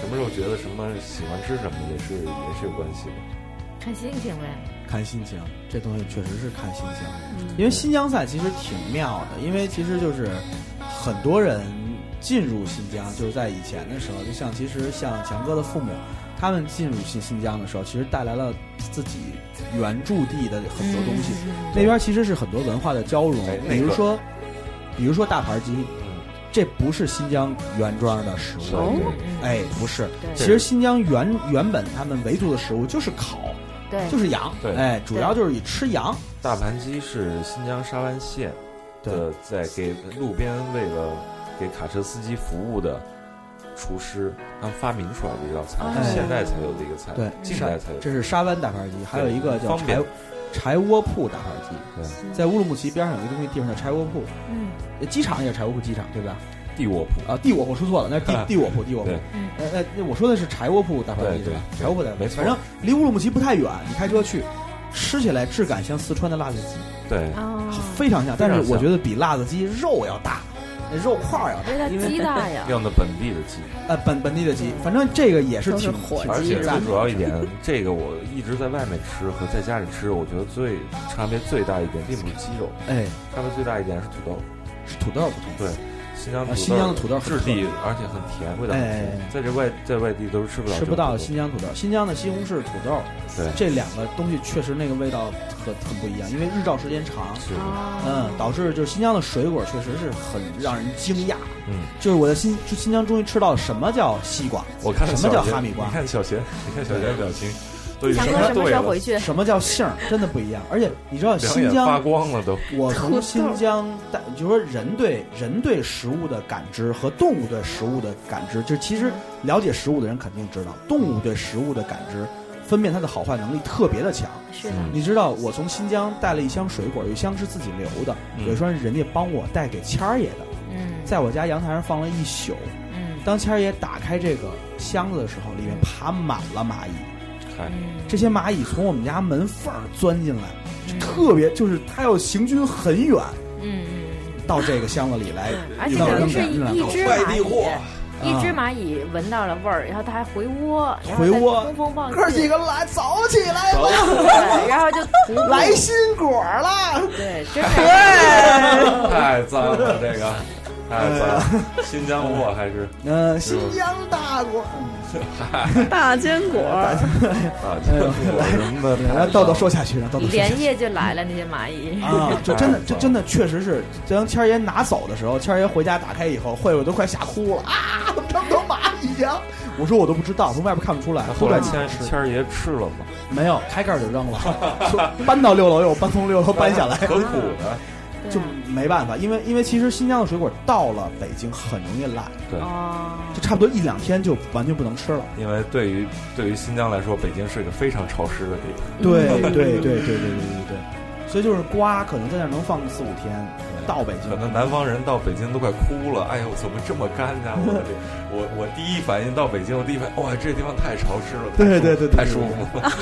Speaker 8: 什么时候觉得什么喜欢吃什么，也是也是有关系的。
Speaker 6: 看心情 呗。
Speaker 5: 看心情，这东西确实是看心情。
Speaker 8: 嗯
Speaker 5: 因为新疆菜其实挺妙的，因为其实就是很多人进入新疆，就是在以前的时候，就像其实像强哥的父母，他们进入新新疆的时候，其实带来了自己原住地的很多东西。那边其实是很多文化的交融
Speaker 8: 嗯哎，
Speaker 5: 比
Speaker 8: 那
Speaker 5: 如
Speaker 8: 个
Speaker 5: 说，比如说大盘鸡，
Speaker 8: 嗯，
Speaker 5: 这不是新疆原装的食物。
Speaker 8: 对对
Speaker 6: 嗯，
Speaker 5: 哎，不是，
Speaker 6: 对
Speaker 5: 其实新疆原原本他们维族的食物就是烤，
Speaker 6: 对，
Speaker 5: 就是羊，
Speaker 8: 对
Speaker 5: 哎，主要就是以吃羊，
Speaker 8: 大盘鸡是新疆沙湾县的，在给路边为了给卡车司机服务的厨师，他们发明出来的一道菜，
Speaker 6: 哦
Speaker 8: 是现代才有的一个菜，
Speaker 5: 对
Speaker 8: 近代才有的。
Speaker 5: 这是啊沙湾大盘鸡，还有一个叫
Speaker 8: 方
Speaker 5: 柴
Speaker 8: 便
Speaker 5: 柴窝铺大盘鸡，
Speaker 8: 对，
Speaker 5: 在乌鲁木齐边上有一个东西地方叫柴窝铺，
Speaker 6: 嗯
Speaker 5: 呃机场也是柴窝铺机场，对吧？
Speaker 8: 地卧铺，
Speaker 5: 啊，地窝铺说错了，那是 地地窝铺，地窝铺
Speaker 8: 对。
Speaker 5: 呃呃，那我说的是柴窝铺大盘鸡
Speaker 8: 对
Speaker 5: 是吧？
Speaker 8: 对
Speaker 5: 柴窝铺大盘鸡，
Speaker 8: 没错
Speaker 5: 反正离乌鲁木齐不太远，你开车去，吃起来质感像四川的辣子鸡，
Speaker 8: 对，
Speaker 6: 哦，
Speaker 5: 非常像，但
Speaker 8: 非
Speaker 5: 是
Speaker 8: 常
Speaker 5: 我
Speaker 8: 像
Speaker 5: 觉得比辣子鸡肉要大，那肉块儿要
Speaker 6: 因为
Speaker 5: 大，因
Speaker 6: 它
Speaker 5: 为
Speaker 6: 鸡大呀。
Speaker 8: 用的本地的鸡。
Speaker 5: 呃本本地的鸡，反正这个也是
Speaker 7: 都是
Speaker 5: 挺
Speaker 7: 火鸡
Speaker 5: 挺
Speaker 8: 而且
Speaker 5: 挺
Speaker 8: 最
Speaker 5: 赞的
Speaker 8: 主要一点，这个我一直在外面吃和在家里吃，我觉得最差别最大一点，并不是鸡肉，
Speaker 5: 哎
Speaker 8: 差别最大一点是土豆。
Speaker 5: 是土豆不同，
Speaker 8: 对，新疆土
Speaker 5: 啊
Speaker 8: 豆，
Speaker 5: 新疆的土豆很
Speaker 8: 质地而且很甜，味道很甜
Speaker 5: 哎，
Speaker 8: 在这外在外地都是吃不了
Speaker 5: 吃
Speaker 8: 这种土豆，
Speaker 5: 不到新疆土豆，新疆的西红柿土豆，
Speaker 8: 对
Speaker 5: 这两个东西确实那个味道很很不一样，因为日照时间长，
Speaker 8: 是的，
Speaker 6: 哦
Speaker 5: 嗯，导致就是新疆的水果确实是很让人惊讶，
Speaker 8: 嗯，
Speaker 5: 就是我在新就新疆终于吃到什么叫西瓜，
Speaker 8: 我看了
Speaker 5: 什么叫
Speaker 8: 小贤
Speaker 5: 哈密瓜
Speaker 8: 你看小贤，你看小贤的表情，都 已经
Speaker 6: 强
Speaker 8: 什
Speaker 6: 哥什么
Speaker 8: 对
Speaker 6: 时
Speaker 8: 了
Speaker 6: 候，回去？
Speaker 5: 什么叫杏儿，真的不一样。而且你知道
Speaker 8: 两
Speaker 5: 新
Speaker 8: 眼发
Speaker 5: 疆，
Speaker 8: 光了都。
Speaker 5: 我从新疆带，就是说人对人对食物的感知和动物对食物的感知，就其实了解食物的人肯定知道，动物对食物的感知，分辨它的好坏能力特别的强。
Speaker 6: 是的，
Speaker 8: 嗯
Speaker 5: 你知道我从新疆带了一箱水果，有一箱是自己留的，
Speaker 8: 嗯
Speaker 5: 有一箱是人家帮我带给谦儿爷的，
Speaker 6: 嗯
Speaker 5: 在我家阳台上放了一宿。
Speaker 6: 嗯
Speaker 5: 当谦儿爷打开这个箱子的时候，里面爬满了蚂蚁，
Speaker 8: 嗨，
Speaker 6: 嗯，
Speaker 5: 这些蚂蚁从我们家门缝儿钻进来，就特别就是它要行军很远
Speaker 6: 嗯嗯，
Speaker 5: 到这个箱子里来
Speaker 6: 嗯，而且
Speaker 5: 运到
Speaker 6: 可能
Speaker 5: 扔
Speaker 6: 是
Speaker 5: 运到
Speaker 6: 一一只
Speaker 5: 外
Speaker 6: 蚂
Speaker 5: 地货
Speaker 6: 蚁。，一只
Speaker 5: 啊
Speaker 6: 蚂蚁闻到了味儿，然后它还回窝，然后
Speaker 5: 回
Speaker 6: 再
Speaker 5: 窝
Speaker 6: 通风报信，
Speaker 5: 哥几个来，走起来吧，
Speaker 6: 对然 后就徒步
Speaker 5: 来新果儿啦！
Speaker 6: 对，真
Speaker 5: 哎
Speaker 6: 的，
Speaker 8: 太脏了这个，太脏了。新疆货还是
Speaker 5: 嗯，新疆大果儿，
Speaker 7: 大坚果，
Speaker 8: 啊，
Speaker 5: 哎
Speaker 8: 什么的，
Speaker 5: 让豆豆说下去，让豆豆说下去
Speaker 6: 连。夜就来了那些蚂蚁。
Speaker 5: 啊，就真的，这真的确实是，当谦儿爷拿走的时候，谦儿爷回家打开以后，慧慧都快吓哭了啊！怎么这么多蚂蚁呀、我说我都不知道，从外边看不出来
Speaker 8: 那。
Speaker 5: 都
Speaker 8: 后
Speaker 5: 在
Speaker 8: 来
Speaker 5: 你
Speaker 8: 谦
Speaker 5: 吃，
Speaker 8: 谦儿爷吃了吗？
Speaker 5: 没有开盖儿就扔了， 就搬到六楼又搬从六楼搬下来，
Speaker 8: 很苦的。
Speaker 5: 就
Speaker 6: 对
Speaker 5: 没办法，因为因为其实新疆的水果到了北京很容易烂，
Speaker 8: 对，
Speaker 6: 哦，
Speaker 5: 就差不多一两天就完全不能吃了。
Speaker 8: 因为对于对于新疆来说，北京是一个非常潮湿的地方。
Speaker 5: 对对对对对对对对对，所以就是瓜可能在那儿能放个四五天，到北京
Speaker 8: 可能南方人到北京都快哭了，哎呦，怎么这么干呀、我这，我我第一反应到北京，我第一反应，哇，这地方太潮湿了，太
Speaker 5: 对
Speaker 8: 舒
Speaker 5: 对对对
Speaker 8: 太舒服了。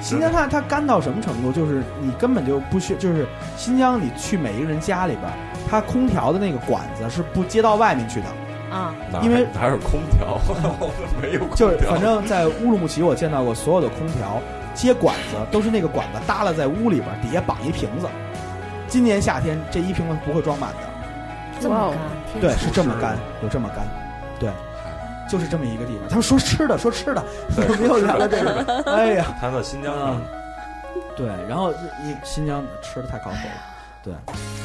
Speaker 5: 新疆它它干到什么程度？就是你根本就不需，就是新疆你去每一个人家里边儿，它空调的那个管子是不接到外面去的，
Speaker 6: 啊，
Speaker 8: 哪
Speaker 5: 因为
Speaker 8: 哪有空调？我们没有空调。
Speaker 5: 就是反正在乌鲁木齐我见到过所有的空调接管子都是那个管子耷拉在屋里边儿，底下绑一瓶子。今年夏天这一瓶子不会装满的，
Speaker 6: 这
Speaker 7: 哇
Speaker 6: 么
Speaker 7: 哦
Speaker 6: 干，
Speaker 5: 对，哎
Speaker 6: 天
Speaker 5: 是这么干，有这么干，对，就是这么一个地方。他们说吃的，说吃的，
Speaker 8: 对
Speaker 5: 没有聊到这个， 哎呀。
Speaker 8: 谈到新疆人，
Speaker 5: 啊，对，然后一新疆吃的太靠谱了， 对，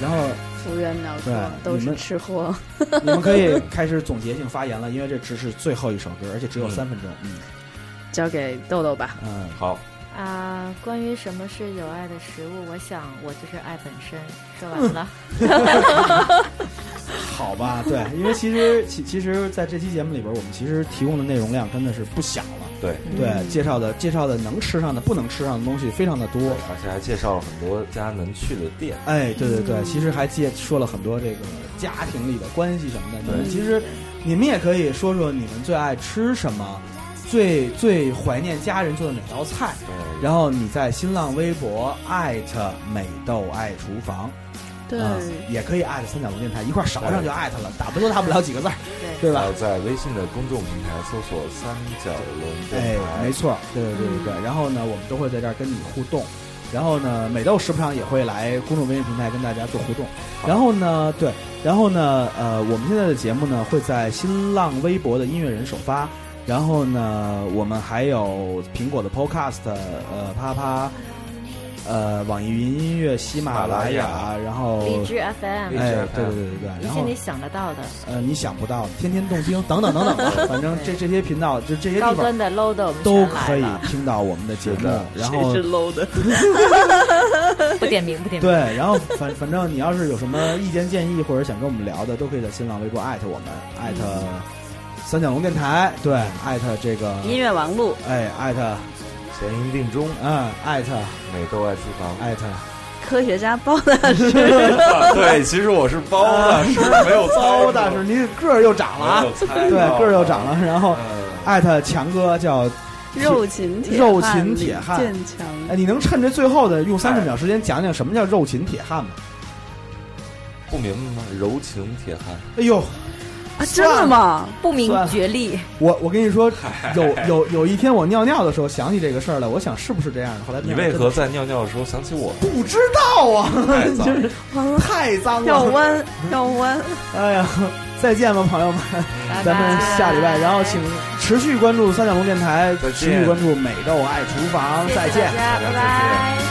Speaker 5: 然后
Speaker 7: 服务员描述
Speaker 5: 对
Speaker 7: 都
Speaker 5: 你
Speaker 7: 是
Speaker 5: 们
Speaker 7: 吃货，
Speaker 5: 你们可以开始总结性发言了，因为这只是最后一首歌，而且只有三分钟，嗯
Speaker 7: 交给豆豆吧。
Speaker 5: 嗯，
Speaker 8: 好，
Speaker 6: 啊、关于什么是有爱的食物，我想我就是爱本身。说完了，
Speaker 5: 好吧，对，因为其实其其实，在这期节目里边，我们其实提供的内容量真的是不小了。
Speaker 8: 对，
Speaker 5: 对，介绍的介绍的能吃上的、不能吃上的东西非常的多。
Speaker 8: 而且还介绍了很多家能去的店。
Speaker 5: 哎，对对对，其实还介说了很多这个家庭里的关系什么的。你们
Speaker 8: 对
Speaker 5: 其实你们也可以说说你们最爱吃什么，最最怀念家人做的哪道菜。
Speaker 8: 对，
Speaker 5: 然后你在新浪微博艾特美豆爱厨房，
Speaker 7: 对，
Speaker 5: 啊也可以艾特三角龙电台一块儿勺上就艾特了，打不都打不了几个字儿，嗯对
Speaker 8: 还
Speaker 5: 吧
Speaker 8: 有？在微信的公众平台搜索“三角龙
Speaker 5: 哎
Speaker 8: 电台”，
Speaker 5: 没错，对对对对对。然后呢，我们都会在这儿跟你互动。然后呢，美豆时不常也会来公众微信平台跟大家做互动。然后呢，对，然后呢，呃，我们现在的节目呢会在新浪微博的音乐人首发。然后呢，呃我们还有苹果的 Podcast，呃，啪啪，呃，网易云音乐、喜马拉
Speaker 8: 喜马拉
Speaker 5: 雅，然后，
Speaker 6: 荔枝嗯 FM，
Speaker 5: 哎，
Speaker 8: FM
Speaker 5: 对对对对对，
Speaker 6: 一
Speaker 5: 然
Speaker 6: 切
Speaker 5: 后
Speaker 6: 你想得到的，
Speaker 5: 呃，你想不到，天天动听等等等等吧，反正这这些频道就这些
Speaker 6: 高
Speaker 5: 地方
Speaker 6: 端的 low 的我们
Speaker 5: 都
Speaker 6: 全来
Speaker 5: 可以
Speaker 6: 了，
Speaker 5: 听到我们的节
Speaker 8: 是
Speaker 5: 目
Speaker 8: 的，
Speaker 5: 然后啊
Speaker 2: low 的。
Speaker 6: 不点名不点名。
Speaker 5: 对，然后反反正你要是有什么意见建议或者想跟我们聊的，都可以在新浪微博艾特我们，
Speaker 8: 嗯
Speaker 5: 艾特三角龙电台，对，艾特这个，
Speaker 7: 音乐王路，
Speaker 5: 哎，艾特，
Speaker 8: 前音定中，
Speaker 5: 嗯，艾特，
Speaker 8: 美豆爱厨房。
Speaker 5: 艾特，
Speaker 7: 科学家包的是
Speaker 8: 啊 对，其实我是包的， 是没有
Speaker 5: 糟
Speaker 8: 包
Speaker 5: 啊的是您个儿又长了啊，
Speaker 8: 哎
Speaker 5: 对，个儿又长。了，然后
Speaker 8: 没有猜到嗯
Speaker 5: 艾特强哥叫，
Speaker 7: 肉勤铁
Speaker 5: 肉
Speaker 7: 汉
Speaker 5: 勤
Speaker 7: 李
Speaker 5: 铁汉
Speaker 7: 建强
Speaker 5: 哎，你能趁着最后的用三十
Speaker 8: 哎
Speaker 5: 秒时间讲讲什么叫肉勤铁汉吗？
Speaker 8: 不明白吗？柔情铁汉，
Speaker 5: 哎呦，
Speaker 7: 啊，真的吗？
Speaker 6: 不明
Speaker 5: 算了
Speaker 6: 觉厉，
Speaker 5: 我我跟你 说，有有有一天我尿尿的时候想起这个事儿了，我想是不是这样的？后来
Speaker 8: 你为何在尿尿的时候 想起我？
Speaker 5: 不知道啊？
Speaker 8: 太脏了，
Speaker 5: 太脏
Speaker 7: 要
Speaker 5: 了！
Speaker 7: 弯要弯，
Speaker 5: 哎呀，再见吧，朋友们，
Speaker 6: 拜
Speaker 5: 咱们
Speaker 6: 拜
Speaker 5: 下礼拜，然后请持续关注三角龙电台
Speaker 8: 再，见
Speaker 5: 持续关注美豆爱厨房，再见。
Speaker 6: 谢谢大家
Speaker 8: 大家再
Speaker 6: 拜
Speaker 8: 见
Speaker 6: 拜。